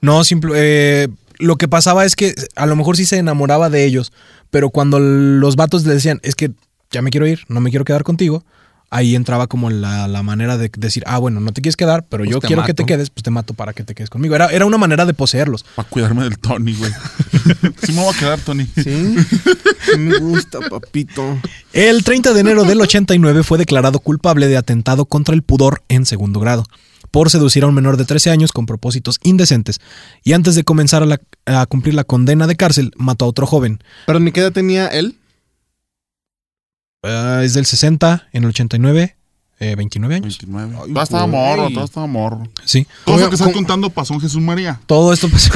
Speaker 1: No, simple, eh, lo que pasaba es que a lo mejor sí se enamoraba de ellos, pero cuando los vatos le decían, es que ya me quiero ir, no me quiero quedar contigo, ahí entraba como la, la manera de decir, ah, bueno, no te quieres quedar, pero
Speaker 2: Pues
Speaker 1: yo
Speaker 2: te
Speaker 1: quiero que
Speaker 2: mato.
Speaker 1: te quedes, pues te mato para que te quedes conmigo. Era, era una manera de poseerlos.
Speaker 3: Para cuidarme del Tony, güey. sí me voy a quedar, Tony.
Speaker 2: Sí. me gusta, papito.
Speaker 1: El 30 de enero del 89 fue declarado culpable de atentado contra el pudor en segundo grado por seducir a un menor de 13 años con propósitos indecentes y antes de comenzar a, la- a cumplir la condena de cárcel mató a otro joven
Speaker 2: Pero ni qué edad tenía él.
Speaker 1: Ah, es del 60, en el 89, eh, 29 años.
Speaker 3: 29.
Speaker 2: Ay,
Speaker 3: todo estaba
Speaker 2: güey.
Speaker 3: morro, todo estaba morro.
Speaker 1: Sí.
Speaker 3: Todo
Speaker 2: ¿Cómo-
Speaker 3: lo que estás
Speaker 2: cómo-
Speaker 3: contando pasó en Jesús María.
Speaker 1: Todo esto pasó.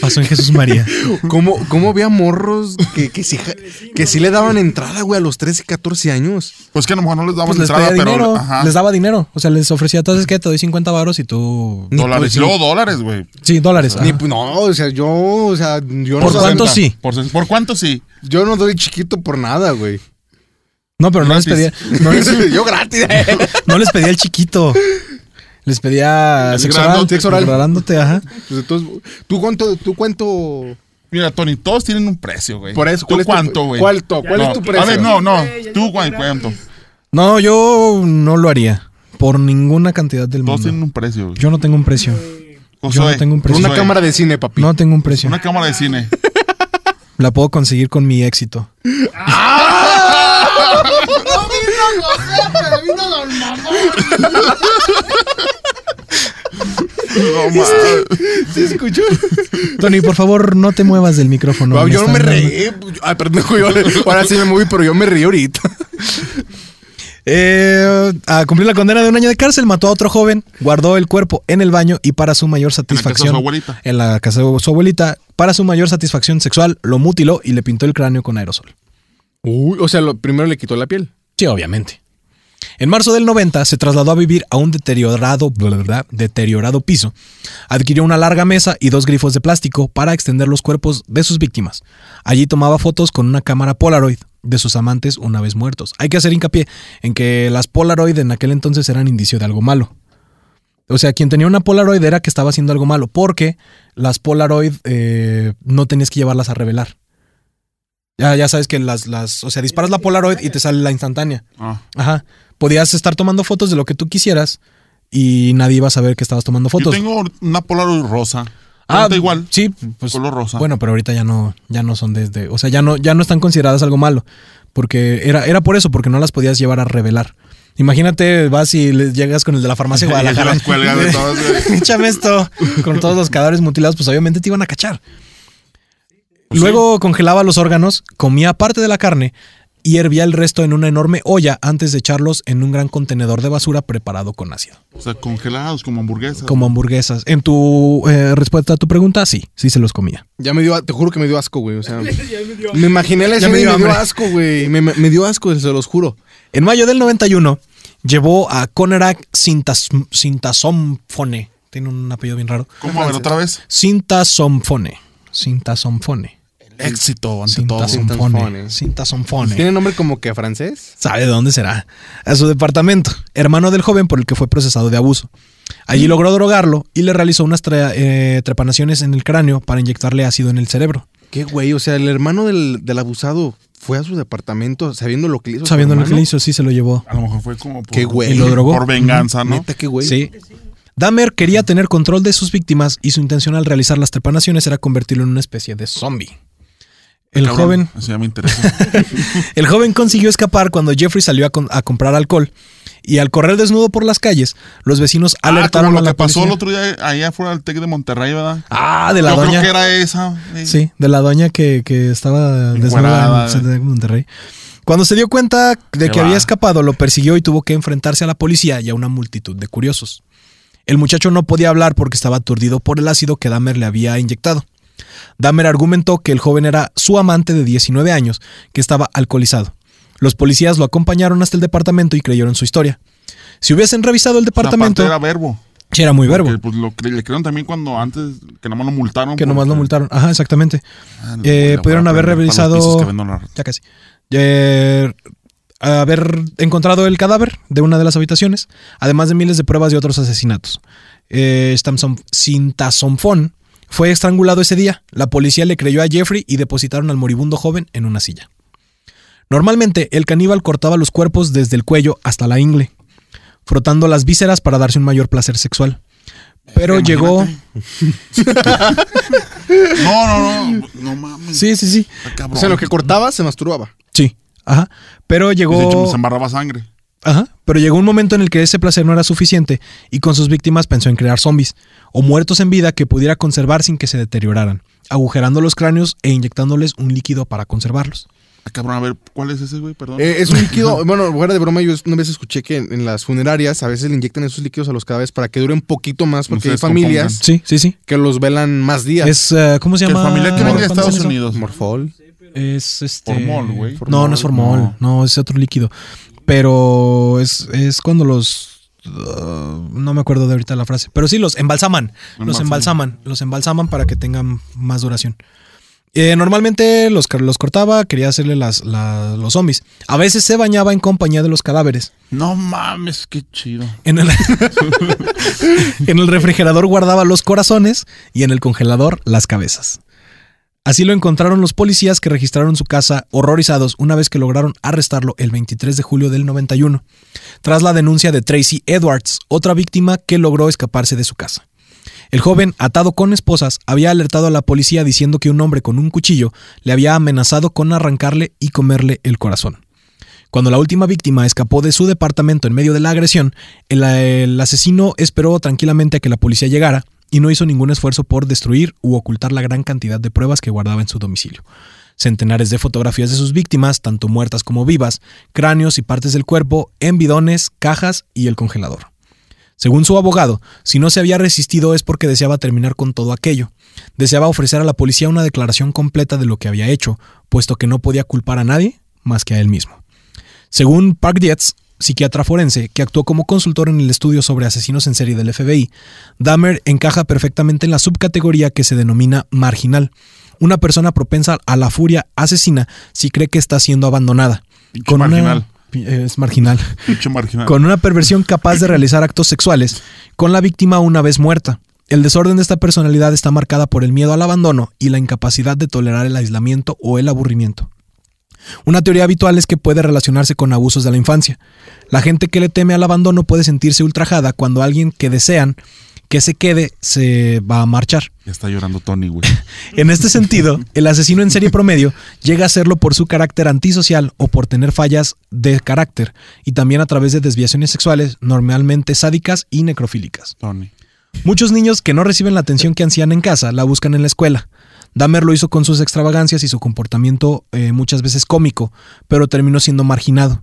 Speaker 1: pasó en Jesús María.
Speaker 2: ¿Cómo, cómo había morros que, que, sí, ja- que sí le daban entrada, güey, a los 13, 14 años?
Speaker 3: Pues que a lo mejor no les daban
Speaker 1: Pues les
Speaker 3: entrada,
Speaker 1: pedía
Speaker 3: pero.
Speaker 1: dinero,
Speaker 3: ajá,
Speaker 1: les daba dinero. O sea, les ofrecía, entonces que te doy 50 varos y tú...
Speaker 2: Ni
Speaker 3: dólares.
Speaker 2: pues,
Speaker 3: y luego dólares, güey.
Speaker 1: Sí, dólares.
Speaker 2: Ni,
Speaker 1: ajá.
Speaker 2: pues, no, o sea, yo, o sea, yo
Speaker 1: Ah. ¿Por
Speaker 2: no,
Speaker 1: cuánto
Speaker 2: doy-
Speaker 1: sí?
Speaker 3: Por, ses- ¿por cuánto sí?
Speaker 2: yo no doy chiquito por nada, güey.
Speaker 1: No, pero no les, pedía,
Speaker 3: Gratis.
Speaker 1: no, les,
Speaker 2: yo gratis.
Speaker 1: no les pedía el chiquito. Les pedía
Speaker 3: El
Speaker 1: sexo
Speaker 3: grano-
Speaker 1: oral,
Speaker 2: sexo oral.
Speaker 1: grabándote, ajá.
Speaker 2: Pues entonces, ¿tú cuánto, tú cuánto?
Speaker 3: Mira, Tony, todos tienen un precio, güey.
Speaker 2: Por eso,
Speaker 3: ¿Tú
Speaker 2: ¿cuál es tu-
Speaker 3: cuánto, güey?
Speaker 2: cuál to- cuál es tu precio?
Speaker 3: A ver, no, no.
Speaker 4: Güey, ya
Speaker 3: ¿Tú
Speaker 4: no
Speaker 3: cuál-
Speaker 4: te
Speaker 3: cuánto?
Speaker 4: gratis.
Speaker 1: No, yo no lo haría. Por ninguna cantidad del
Speaker 3: Todos
Speaker 1: mundo.
Speaker 3: tienen un precio, güey.
Speaker 1: Yo no tengo un precio. yo no
Speaker 3: Josué,
Speaker 1: tengo un
Speaker 2: Por
Speaker 1: precio.
Speaker 2: una
Speaker 3: Josué,
Speaker 2: cámara de cine, papi.
Speaker 1: No tengo un precio.
Speaker 3: Una cámara de cine.
Speaker 1: La puedo conseguir con mi éxito.
Speaker 3: No, mames.
Speaker 2: ¿Se escuchó?
Speaker 1: Tony, por favor, no te muevas del micrófono.
Speaker 2: yo no me
Speaker 1: están dando-
Speaker 2: reí. Pues, Ay, perdón, yo, ahora sí me moví, pero yo me reí ahorita.
Speaker 1: Eh, a cumplir la condena de un año de cárcel, mató a otro joven, guardó el cuerpo en el baño y para su mayor
Speaker 3: de su
Speaker 1: satisfacción.
Speaker 3: abuelita.
Speaker 1: en la casa de su abuelita, para su mayor satisfacción sexual, lo mutiló y le pintó el cráneo con aerosol.
Speaker 2: Uy, o sea, lo, primero le quitó la piel.
Speaker 1: Sí, obviamente. En marzo del 90 se trasladó a vivir a un deteriorado, bla, bla, bla, deteriorado piso. Adquirió una larga mesa y dos grifos de plástico para extender los cuerpos de sus víctimas. Allí tomaba fotos con una cámara Polaroid de sus amantes una vez muertos. Hay que hacer hincapié en que las Polaroid en aquel entonces eran indicio de algo malo. O sea, quien tenía una Polaroid era que estaba haciendo algo malo, porque las Polaroid eh, no tenías que llevarlas a revelar. Ya, ya sabes que las, las, o sea, disparas la Polaroid y te sale la instantánea.
Speaker 3: Ah.
Speaker 1: Ajá. Podías estar tomando fotos de lo que tú quisieras y nadie iba a saber que estabas tomando
Speaker 3: Yo
Speaker 1: fotos.
Speaker 3: tengo una Polaroid rosa. Ah, igual. Ah.
Speaker 1: Sí, pues
Speaker 3: color rosa.
Speaker 1: bueno, pero ahorita ya no, ya no son desde, o sea, ya no, ya no están consideradas algo malo, porque era, era por eso, porque no las podías llevar a revelar. Imagínate, vas y le llegas con el de la farmacia de
Speaker 3: Y se
Speaker 1: Guadalajara.
Speaker 3: las cuelga de todas, güey.
Speaker 1: Échame esto. Con todos los cadáveres mutilados, pues obviamente te iban a cachar. Luego congelaba los órganos, comía parte de la carne y hervía el resto en una enorme olla antes de echarlos en un gran contenedor de basura preparado con ácido.
Speaker 3: O sea, congelados como hamburguesas.
Speaker 1: Como hamburguesas. En tu eh, respuesta a tu pregunta, sí, sí se los comía.
Speaker 2: Ya me dio, te juro que me dio asco, güey. O sea, me
Speaker 4: Ya me dio-
Speaker 2: imaginé la
Speaker 1: Ya
Speaker 2: escena
Speaker 1: me
Speaker 2: y
Speaker 1: dio
Speaker 2: me dio
Speaker 1: hambre.
Speaker 2: asco, güey. Me, me- me dio asco, se los juro.
Speaker 1: En mayo del 91 llevó a Conerak Sintas- Sintasomfone. Tiene un apellido bien raro.
Speaker 3: ¿Cómo? A ver, otra vez.
Speaker 1: Sintasomfone. Sintasomfone.
Speaker 3: El éxito
Speaker 1: Sintasomfone.
Speaker 2: Sintasomfone.
Speaker 1: Sintasomfone.
Speaker 2: Tiene nombre como que francés.
Speaker 1: ¿Sabe de dónde será? A su departamento, hermano del joven por el que fue procesado de abuso. Allí logró drogarlo y le realizó unas tra- eh, trepanaciones en el cráneo para inyectarle ácido en el cerebro,
Speaker 2: Qué güey, o sea, el hermano del, del abusado fue a su departamento sabiendo lo que le hizo. su
Speaker 1: sabiendo lo que
Speaker 2: hermano.
Speaker 1: le hizo, sí se lo llevó.
Speaker 3: A lo mejor fue como por,
Speaker 2: Qué güey.
Speaker 1: Y lo drogó.
Speaker 3: por venganza, ¿no?
Speaker 2: Neta, qué güey.
Speaker 1: Sí. Dahmer quería tener control de sus víctimas y su intención al realizar las trepanaciones era convertirlo en una especie de zombie. El
Speaker 3: Cabrón,
Speaker 1: joven
Speaker 3: Eso ya me interesa.
Speaker 1: El joven consiguió escapar cuando Jeffrey salió a, con- a comprar alcohol y al correr desnudo por las calles, los vecinos
Speaker 3: ah, como
Speaker 1: alertaron
Speaker 3: lo
Speaker 1: a
Speaker 3: que
Speaker 1: la
Speaker 3: pasó el
Speaker 1: policía.
Speaker 3: otro día allá afuera del TEC de Monterrey, ¿verdad?
Speaker 1: Ah, de la
Speaker 3: Yo
Speaker 1: doña.
Speaker 3: creo que era esa. eh.
Speaker 1: Sí, de la doña que, que estaba desnuda
Speaker 3: Encuerada.
Speaker 1: en San Diego, Monterrey. Cuando se dio cuenta de
Speaker 3: Qué
Speaker 1: que había
Speaker 3: va.
Speaker 1: escapado, lo persiguió y tuvo que enfrentarse a la policía y a una multitud de curiosos. El muchacho no podía hablar porque estaba aturdido por el ácido que Dahmer le había inyectado. Dahmer argumentó que el joven era su amante de 19 años, que estaba alcoholizado. Los policías lo acompañaron hasta el departamento y creyeron su historia. Si hubiesen revisado el
Speaker 3: O sea, aparte
Speaker 1: departamento,
Speaker 3: era verbo.
Speaker 1: Sí, era muy verbo,
Speaker 3: Que, pues lo cre- le creyeron también cuando antes que nomás lo multaron.
Speaker 1: que nomás lo
Speaker 3: porque-
Speaker 1: multaron. Ajá, exactamente.
Speaker 3: Ah,
Speaker 1: Eh,
Speaker 3: le voy a
Speaker 1: pudieron haber
Speaker 3: aprender para
Speaker 1: revisado-
Speaker 3: los pisos que vendo en la-
Speaker 1: ya casi. Eh, haber encontrado el cadáver de una de las habitaciones, además de miles de pruebas de otros asesinatos. Eh, Stamson- Sintasomfón fue estrangulado ese día. La policía le creyó a Jeffrey y depositaron al moribundo joven en una silla. Normalmente, el caníbal cortaba los cuerpos desde el cuello hasta la ingle, frotando las vísceras para darse un mayor placer sexual. Pero
Speaker 3: Eh, Imagínate.
Speaker 1: llegó.
Speaker 3: No, no, no. No mames.
Speaker 1: Sí, sí, sí.
Speaker 3: Está
Speaker 2: O
Speaker 3: cabrón.
Speaker 2: sea, lo que cortaba se masturbaba.
Speaker 1: Sí. Ajá. Pero
Speaker 3: Y Pues de hecho,
Speaker 1: llegó.
Speaker 3: se embarraba sangre.
Speaker 1: Ajá. Pero llegó un momento en el que ese placer no era suficiente y con sus víctimas pensó en crear zombies o muertos en vida que pudiera conservar sin que se deterioraran, agujerando los cráneos e inyectándoles un líquido para conservarlos.
Speaker 3: Ah, cabrón, a ver, ¿cuál es ese, güey? Perdón.
Speaker 2: Eh, es un líquido, bueno, fuera de broma, yo una vez escuché que en, en las funerarias a veces le inyectan esos líquidos a los cadáveres para que duren poquito más, porque
Speaker 3: No se
Speaker 2: hay familias
Speaker 1: Sí, sí, sí.
Speaker 2: que los velan más días.
Speaker 1: Es, eh, ¿cómo se
Speaker 3: que el
Speaker 1: llama?
Speaker 3: familiar que venga de
Speaker 1: ¿Cuándo se
Speaker 3: Estados
Speaker 1: hizo?
Speaker 3: Unidos.
Speaker 2: Morfol.
Speaker 1: Es este.
Speaker 3: Formol, güey.
Speaker 1: No, no es formol, no. es otro líquido. Pero es, es cuando los. uh, no me acuerdo de ahorita la frase. Pero sí, los embalsaman. Los
Speaker 3: Embalsaman.
Speaker 1: embalsaman. Los embalsaman para que tengan más duración. Eh, normalmente los, ca- los cortaba, quería hacerle las, la- los zombies. A veces se bañaba en compañía de los cadáveres.
Speaker 3: No mames, qué chido.
Speaker 1: En el, en el refrigerador guardaba los corazones y en el congelador las cabezas. Así lo encontraron los policías que registraron su casa horrorizados una vez que lograron arrestarlo el 23 de julio del 91, tras la denuncia de Tracy Edwards, otra víctima que logró escaparse de su casa. El joven, atado con esposas, había alertado a la policía diciendo que un hombre con un cuchillo le había amenazado con arrancarle y comerle el corazón. Cuando la última víctima escapó de su departamento en medio de la agresión, el, el asesino esperó tranquilamente a que la policía llegara y no hizo ningún esfuerzo por destruir u ocultar la gran cantidad de pruebas que guardaba en su domicilio. Centenares de fotografías de sus víctimas, tanto muertas como vivas, cráneos y partes del cuerpo, en bidones, cajas y el congelador. Según su abogado, si no se había resistido es porque deseaba terminar con todo aquello. Deseaba ofrecer a la policía una declaración completa de lo que había hecho, puesto que no podía culpar a nadie más que a él mismo. Según Park Dietz, psiquiatra forense que actuó como consultor en el estudio sobre asesinos en serie del FBI, Dahmer encaja perfectamente en la subcategoría que se denomina marginal. Una persona propensa a la furia asesina si cree que está siendo abandonada.
Speaker 3: Pinche
Speaker 1: Con una-
Speaker 3: marginal.
Speaker 1: es marginal
Speaker 3: Pinche marginal.
Speaker 1: con una perversión capaz de realizar actos sexuales con la víctima una vez muerta. El desorden de esta personalidad está marcada por el miedo al abandono y la incapacidad de tolerar el aislamiento o el aburrimiento. Una teoría habitual es que puede relacionarse con abusos de la infancia. La gente que le teme al abandono puede sentirse ultrajada cuando alguien que desean que se quede se va a marchar.
Speaker 3: Ya está llorando Tony, güey.
Speaker 1: En este sentido, el asesino en serie promedio llega a serlo por su carácter antisocial o por tener fallas de carácter y también a través de desviaciones sexuales normalmente sádicas y necrofílicas.
Speaker 3: Tony.
Speaker 1: Muchos niños que no reciben la atención que ansían en casa la buscan en la escuela. Dahmer lo hizo con sus extravagancias y su comportamiento eh, muchas veces cómico, pero terminó siendo marginado.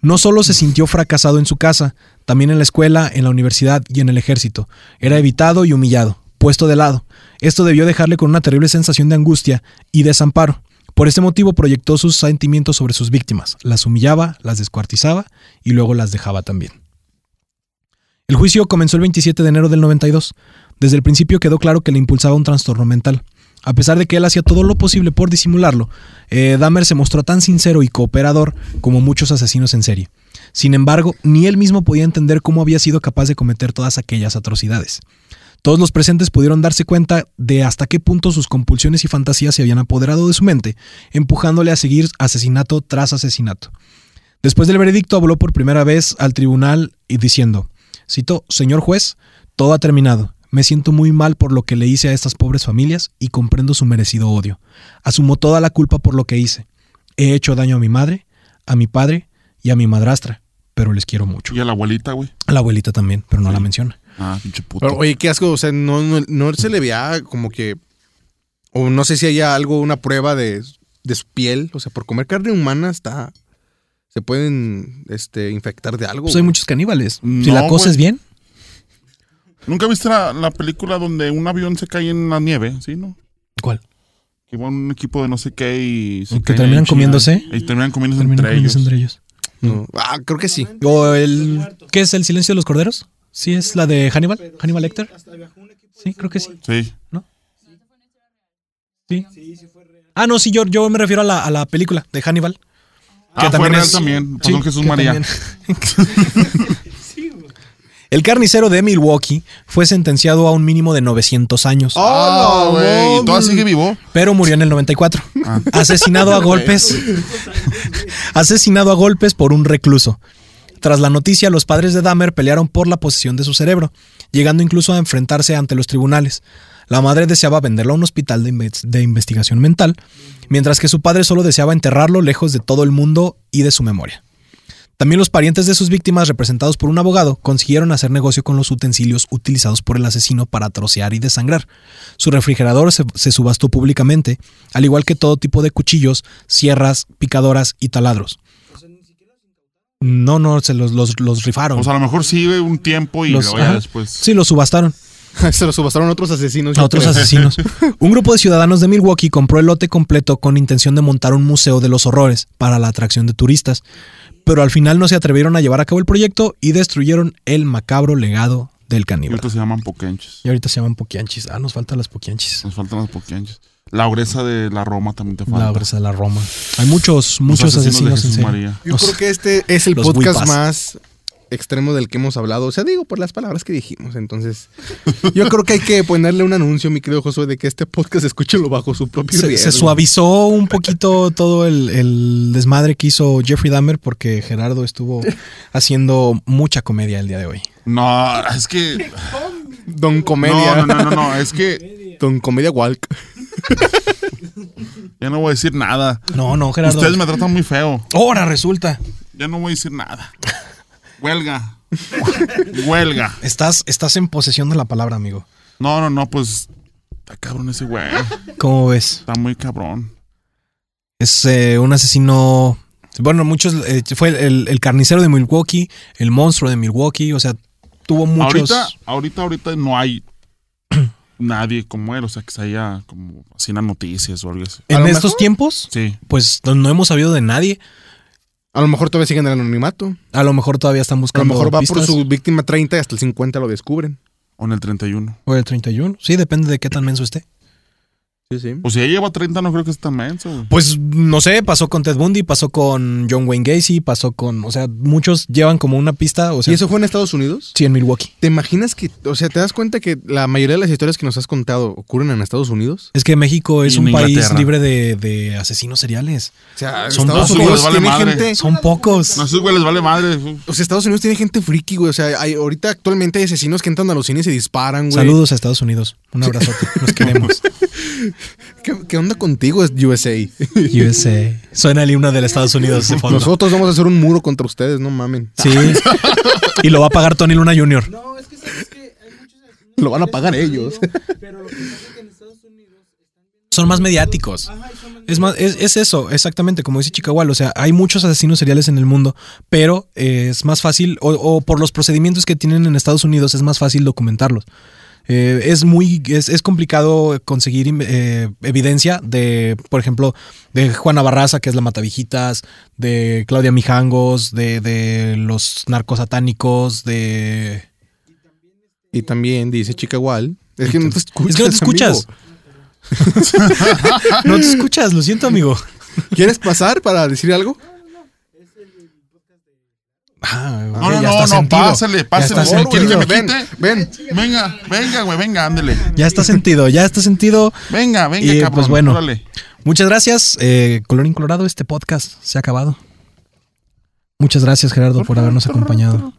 Speaker 1: No solo se sintió fracasado en su casa, también en la escuela, en la universidad y en el ejército. Era evitado y humillado, puesto de lado. Esto debió dejarle con una terrible sensación de angustia y desamparo. Por este motivo proyectó sus sentimientos sobre sus víctimas, las humillaba, las descuartizaba y luego las dejaba también. El juicio comenzó el 27 de enero del 92. Desde el principio quedó claro que le impulsaba un trastorno mental. A pesar de que él hacía todo lo posible por disimularlo, eh, Dahmer se mostró tan sincero y cooperador como muchos asesinos en serie. Sin embargo, ni él mismo podía entender cómo había sido capaz de cometer todas aquellas atrocidades. Todos los presentes pudieron darse cuenta de hasta qué punto sus compulsiones y fantasías se habían apoderado de su mente, empujándole a seguir asesinato tras asesinato. Después del veredicto habló por primera vez al tribunal y diciendo, cito, Señor juez, todo ha terminado. Me siento muy mal por lo que le hice a estas pobres familias y comprendo su merecido odio. Asumo toda la culpa por lo que hice. He hecho daño a mi madre, a mi padre y a mi madrastra, pero les quiero mucho.
Speaker 3: Y a la abuelita, güey.
Speaker 1: A la abuelita también, pero no la menciona.
Speaker 3: Ah, pinche puto.
Speaker 2: Pero, oye, qué asco, o sea, no, no, no se le veía como que. O no sé si haya algo, una prueba de, de su piel. O sea, por comer carne humana está. Se pueden este, infectar de algo.
Speaker 1: Pues hay
Speaker 2: güey.
Speaker 1: muchos caníbales. si
Speaker 3: No,
Speaker 1: la cosa
Speaker 3: güey.
Speaker 1: es bien,
Speaker 3: ¿Nunca viste la, la película donde un avión se cae en la nieve? ¿Sí, no?
Speaker 1: ¿cuál?
Speaker 3: Que va un equipo de no sé qué y... se
Speaker 1: Y que
Speaker 3: caen
Speaker 1: terminan
Speaker 3: en China.
Speaker 1: comiéndose.
Speaker 3: Y terminan comiéndose
Speaker 1: Terminan
Speaker 3: entre
Speaker 1: con ellos
Speaker 3: ellos.
Speaker 1: entre ellos.
Speaker 2: No. Ah, creo que sí.
Speaker 1: O el, ¿Qué es el silencio de los corderos? Sí, es la de Hannibal, Hannibal Lecter.
Speaker 4: Hasta viajó un equipo de
Speaker 1: Sí, creo que sí.
Speaker 4: fútbol.
Speaker 3: Sí.
Speaker 1: Sí.
Speaker 4: Sí, sí fue real.
Speaker 1: Ah, no, sí, yo, yo me refiero a la, a la película de Hannibal.
Speaker 3: Ah,
Speaker 1: también
Speaker 3: también
Speaker 1: es-
Speaker 3: también. Pasó
Speaker 1: Sí,
Speaker 3: en Jesús
Speaker 1: que
Speaker 3: María.
Speaker 1: también.
Speaker 4: Sí, güey.
Speaker 1: El carnicero de Milwaukee fue sentenciado a un mínimo de 900 años,
Speaker 3: Ah,
Speaker 2: Ah,
Speaker 3: güey.
Speaker 2: no,
Speaker 3: ¿Y todavía
Speaker 2: güey.
Speaker 3: sigue vivo?
Speaker 1: pero murió en el 94.
Speaker 3: Ah.
Speaker 1: Asesinado a golpes. asesinado a golpes por un recluso. Tras la noticia, los padres de Dahmer pelearon por la posesión de su cerebro, llegando incluso a enfrentarse ante los tribunales. La madre deseaba venderlo a un hospital de, inves- de investigación mental, mientras que su padre solo deseaba enterrarlo lejos de todo el mundo y de su memoria. También los parientes de sus víctimas, representados por un abogado, consiguieron hacer negocio con los utensilios utilizados por el asesino para trocear y desangrar. Su refrigerador se, se subastó públicamente, al igual que todo tipo de cuchillos, sierras, picadoras y taladros. No, no, se los, los, los rifaron.
Speaker 3: O sea, a lo mejor sí güey, un tiempo y
Speaker 1: Los-
Speaker 3: luego ya
Speaker 1: ajá.
Speaker 3: después.
Speaker 1: sí, los subastaron.
Speaker 2: Se lo subastaron otros asesinos.
Speaker 1: A
Speaker 2: yo
Speaker 1: otros
Speaker 2: creo.
Speaker 1: asesinos. Un grupo de ciudadanos de Milwaukee compró el lote completo con intención de montar un museo de los horrores para la atracción de turistas, pero al final no se atrevieron a llevar a cabo el proyecto y destruyeron el macabro legado del
Speaker 3: Y
Speaker 1: caníbal.
Speaker 3: otros se llaman poquenches.
Speaker 1: Y ahorita se llaman poquianchis. Ah, nos faltan las poquianchis.
Speaker 3: Nos faltan los poquenches. La obreza de la Roma también te falta.
Speaker 1: La obra de la Roma. Hay muchos,
Speaker 3: Los
Speaker 1: muchos asesinos,
Speaker 3: de
Speaker 1: en
Speaker 3: Jesús
Speaker 1: serie.
Speaker 3: María.
Speaker 2: Yo
Speaker 1: O sea,
Speaker 2: creo que este es el
Speaker 1: los
Speaker 2: podcast
Speaker 1: Wipas.
Speaker 2: más extremo del que hemos hablado. O sea, digo por las palabras que dijimos. Entonces, yo creo que hay que ponerle un anuncio, mi querido Josué, de que este podcast escúchelo bajo su propio
Speaker 1: se,
Speaker 2: riesgo.
Speaker 1: se suavizó un poquito todo el, el desmadre que hizo Jeffrey Dahmer porque Gerardo estuvo haciendo mucha comedia el día de hoy.
Speaker 3: No, es que.
Speaker 2: Don Comedia.
Speaker 3: No, no, no, no, no, Es que
Speaker 2: Don Comedia Walk.
Speaker 3: ya no voy a decir nada.
Speaker 1: No, no, Gerardo.
Speaker 3: Ustedes me tratan muy feo.
Speaker 1: Ahora resulta.
Speaker 3: Ya no voy a decir nada. Huelga. Huelga.
Speaker 1: Estás, estás en posesión de la palabra, amigo.
Speaker 3: No, no, no, pues. Está cabrón ese güey.
Speaker 1: ¿Cómo ves?
Speaker 3: Está muy cabrón.
Speaker 1: Es eh, un asesino. Bueno, muchos. eh, fue el, el- el carnicero de Milwaukee, el monstruo de Milwaukee. O sea, tuvo muchos.
Speaker 3: Ahorita, ahorita, ahorita no hay nadie como él, o sea, que se haya como así en las noticias o algo así.
Speaker 2: A
Speaker 1: en
Speaker 2: lo
Speaker 1: estos
Speaker 2: mejor-
Speaker 1: tiempos,
Speaker 3: Sí.
Speaker 1: pues no, no hemos sabido de nadie.
Speaker 2: A lo mejor todavía siguen el anonimato.
Speaker 1: A lo mejor todavía están
Speaker 2: A lo
Speaker 1: buscando.
Speaker 2: mejor va por
Speaker 1: pistas.
Speaker 2: su víctima 30 y hasta el 50 lo descubren.
Speaker 3: O en el 31.
Speaker 1: O el 31. Sí, depende de qué tan menso esté.
Speaker 2: Sí, sí.
Speaker 3: Pues si ya lleva 30, no creo que esté tan menso. güey.
Speaker 1: Pues no sé, pasó con Ted Bundy, pasó con John Wayne Gacy, pasó con. O sea, muchos llevan como una pista. O sea,
Speaker 2: ¿Y eso fue en Estados Unidos?
Speaker 1: sí, en Milwaukee.
Speaker 2: ¿Te imaginas que, o sea, te das cuenta que la mayoría de las historias que nos has contado ocurren en Estados Unidos?
Speaker 1: Es que México es
Speaker 3: Y en
Speaker 1: un país
Speaker 3: Inglaterra.
Speaker 1: libre de, de asesinos seriales.
Speaker 2: O sea,
Speaker 1: Son
Speaker 2: Estados
Speaker 1: dos,
Speaker 2: Unidos
Speaker 3: les vale
Speaker 2: tiene
Speaker 3: madre.
Speaker 2: gente.
Speaker 1: Son pocos.
Speaker 3: No, a esos güey les vale madre.
Speaker 2: O sea, Estados Unidos tiene gente friki, güey. O sea, hay, ahorita actualmente hay asesinos que entran a los cines y disparan, güey.
Speaker 1: Saludos a Estados Unidos. Un abrazote. Los queremos.
Speaker 2: ¿Qué, qué onda contigo, es USA?
Speaker 1: USA. Suena el himno del Estados Unidos de fondo.
Speaker 2: Nosotros vamos a hacer un muro contra ustedes, no mamen.
Speaker 1: Sí. Y lo va a pagar Tony Luna Jr.
Speaker 4: No, es que sabes que hay muchos asesinos
Speaker 2: Lo van a
Speaker 4: seriales
Speaker 2: pagar
Speaker 4: en
Speaker 2: ellos.
Speaker 4: Estados Unidos, Pero lo que pasa es que en Estados Unidos están bien-
Speaker 1: Son más mediáticos.
Speaker 4: Ajá, y son más
Speaker 1: Es más, es, es eso, exactamente, como dice Chicagual. O sea, hay muchos asesinos seriales en el mundo, pero eh, es más fácil, o, o por los procedimientos que tienen en Estados Unidos, es más fácil documentarlos. Eh, es muy, es, es complicado conseguir in- eh, evidencia de, por ejemplo, de Juana Barraza, que es la Matavijitas, de Claudia Mijangos, de, de los narcosatánicos, de.
Speaker 2: Y también dice Chica Wall. Es que no te escuchas.
Speaker 1: Es que no te escuchas.
Speaker 2: amigo.
Speaker 1: no te escuchas, lo siento, amigo.
Speaker 2: ¿Quieres pasar para decir algo?
Speaker 1: Ah, ok,
Speaker 3: No, no,
Speaker 1: ya
Speaker 3: no,
Speaker 1: está
Speaker 3: no,
Speaker 1: sentido.
Speaker 3: pásale, pásale.
Speaker 1: Ya está
Speaker 3: No, güey,
Speaker 1: sentido.
Speaker 3: que me
Speaker 2: ven,
Speaker 3: quite.
Speaker 2: ven.
Speaker 3: Venga, venga, güey, venga, ándele.
Speaker 1: Ya está sentido, ya está sentido.
Speaker 3: Venga, venga,
Speaker 1: Y,
Speaker 3: cabrón.
Speaker 1: pues, bueno.
Speaker 3: órale.
Speaker 1: Muchas gracias, eh, Colorín Colorado. Este podcast se ha acabado. Muchas gracias, Gerardo, por habernos acompañado.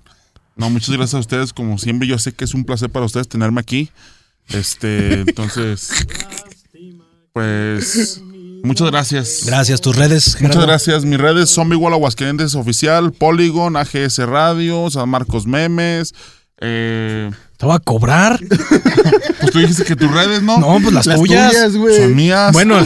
Speaker 3: No, muchas gracias a ustedes. Como siempre, yo sé que es un placer para ustedes tenerme aquí. Este, entonces. Pues. Muchas gracias.
Speaker 1: Gracias, tus redes.
Speaker 3: Muchas
Speaker 1: Gerardo.
Speaker 3: gracias. Mis redes son igual Aguascalientes Oficial, Polygon, AGS Radio, San Marcos Memes. Eh,
Speaker 1: Te voy a cobrar.
Speaker 3: pues tú dijiste que tus redes, ¿no?
Speaker 1: No, pues las, tuyas.
Speaker 3: Son
Speaker 2: güey.
Speaker 3: mías.
Speaker 1: Bueno,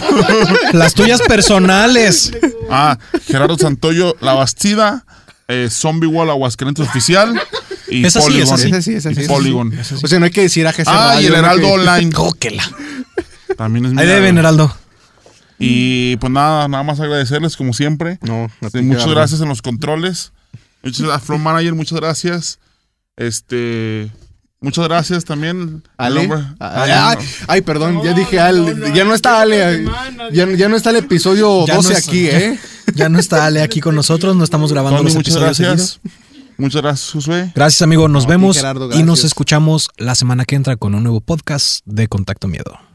Speaker 1: las tuyas personales.
Speaker 3: Ah, Gerardo Santoyo, La Bastida, eh, Zombie Wall Aguascalientes Oficial y
Speaker 1: Esa sí,
Speaker 3: Polygon.
Speaker 1: esa sí.
Speaker 2: Ese sí, ese sí,
Speaker 3: Y
Speaker 2: ese sí.
Speaker 3: Polygon.
Speaker 2: O sea, no hay que decir a Jesús.
Speaker 3: Ah, y el Heraldo Online.
Speaker 1: Jóquela.
Speaker 3: También es
Speaker 1: Ahí
Speaker 3: mía.
Speaker 1: deben, Heraldo.
Speaker 3: Y pues nada, nada más agradecerles como siempre.
Speaker 2: No, no
Speaker 3: Este,
Speaker 2: te
Speaker 3: muchas
Speaker 2: queda,
Speaker 3: gracias en los controles. Muchas gracias, Flow Manager, muchas gracias. Este. Muchas gracias también. al
Speaker 2: Ale.
Speaker 3: hombre-
Speaker 2: Ay,
Speaker 3: Ale,
Speaker 2: ay,
Speaker 3: no.
Speaker 2: ay, perdón, ya
Speaker 4: No,
Speaker 2: dije
Speaker 4: no,
Speaker 2: Ale.
Speaker 4: no,
Speaker 2: ya no está Ale.
Speaker 4: semana,
Speaker 2: Ya, ya no está el episodio
Speaker 1: Ya no
Speaker 2: 12
Speaker 1: está.
Speaker 2: aquí, ¿eh?
Speaker 1: Ya no está Ale aquí con nosotros, no estamos grabando
Speaker 3: Tony,
Speaker 1: los
Speaker 3: muchas
Speaker 1: episodios seguidos.
Speaker 3: gracias. Muchas gracias, Josué.
Speaker 1: Gracias, amigo. Nos
Speaker 2: No, a ti,
Speaker 1: vemos
Speaker 2: Gerardo,
Speaker 1: y nos
Speaker 2: gracias.
Speaker 1: escuchamos la semana que entra con un nuevo podcast de Contacto Miedo.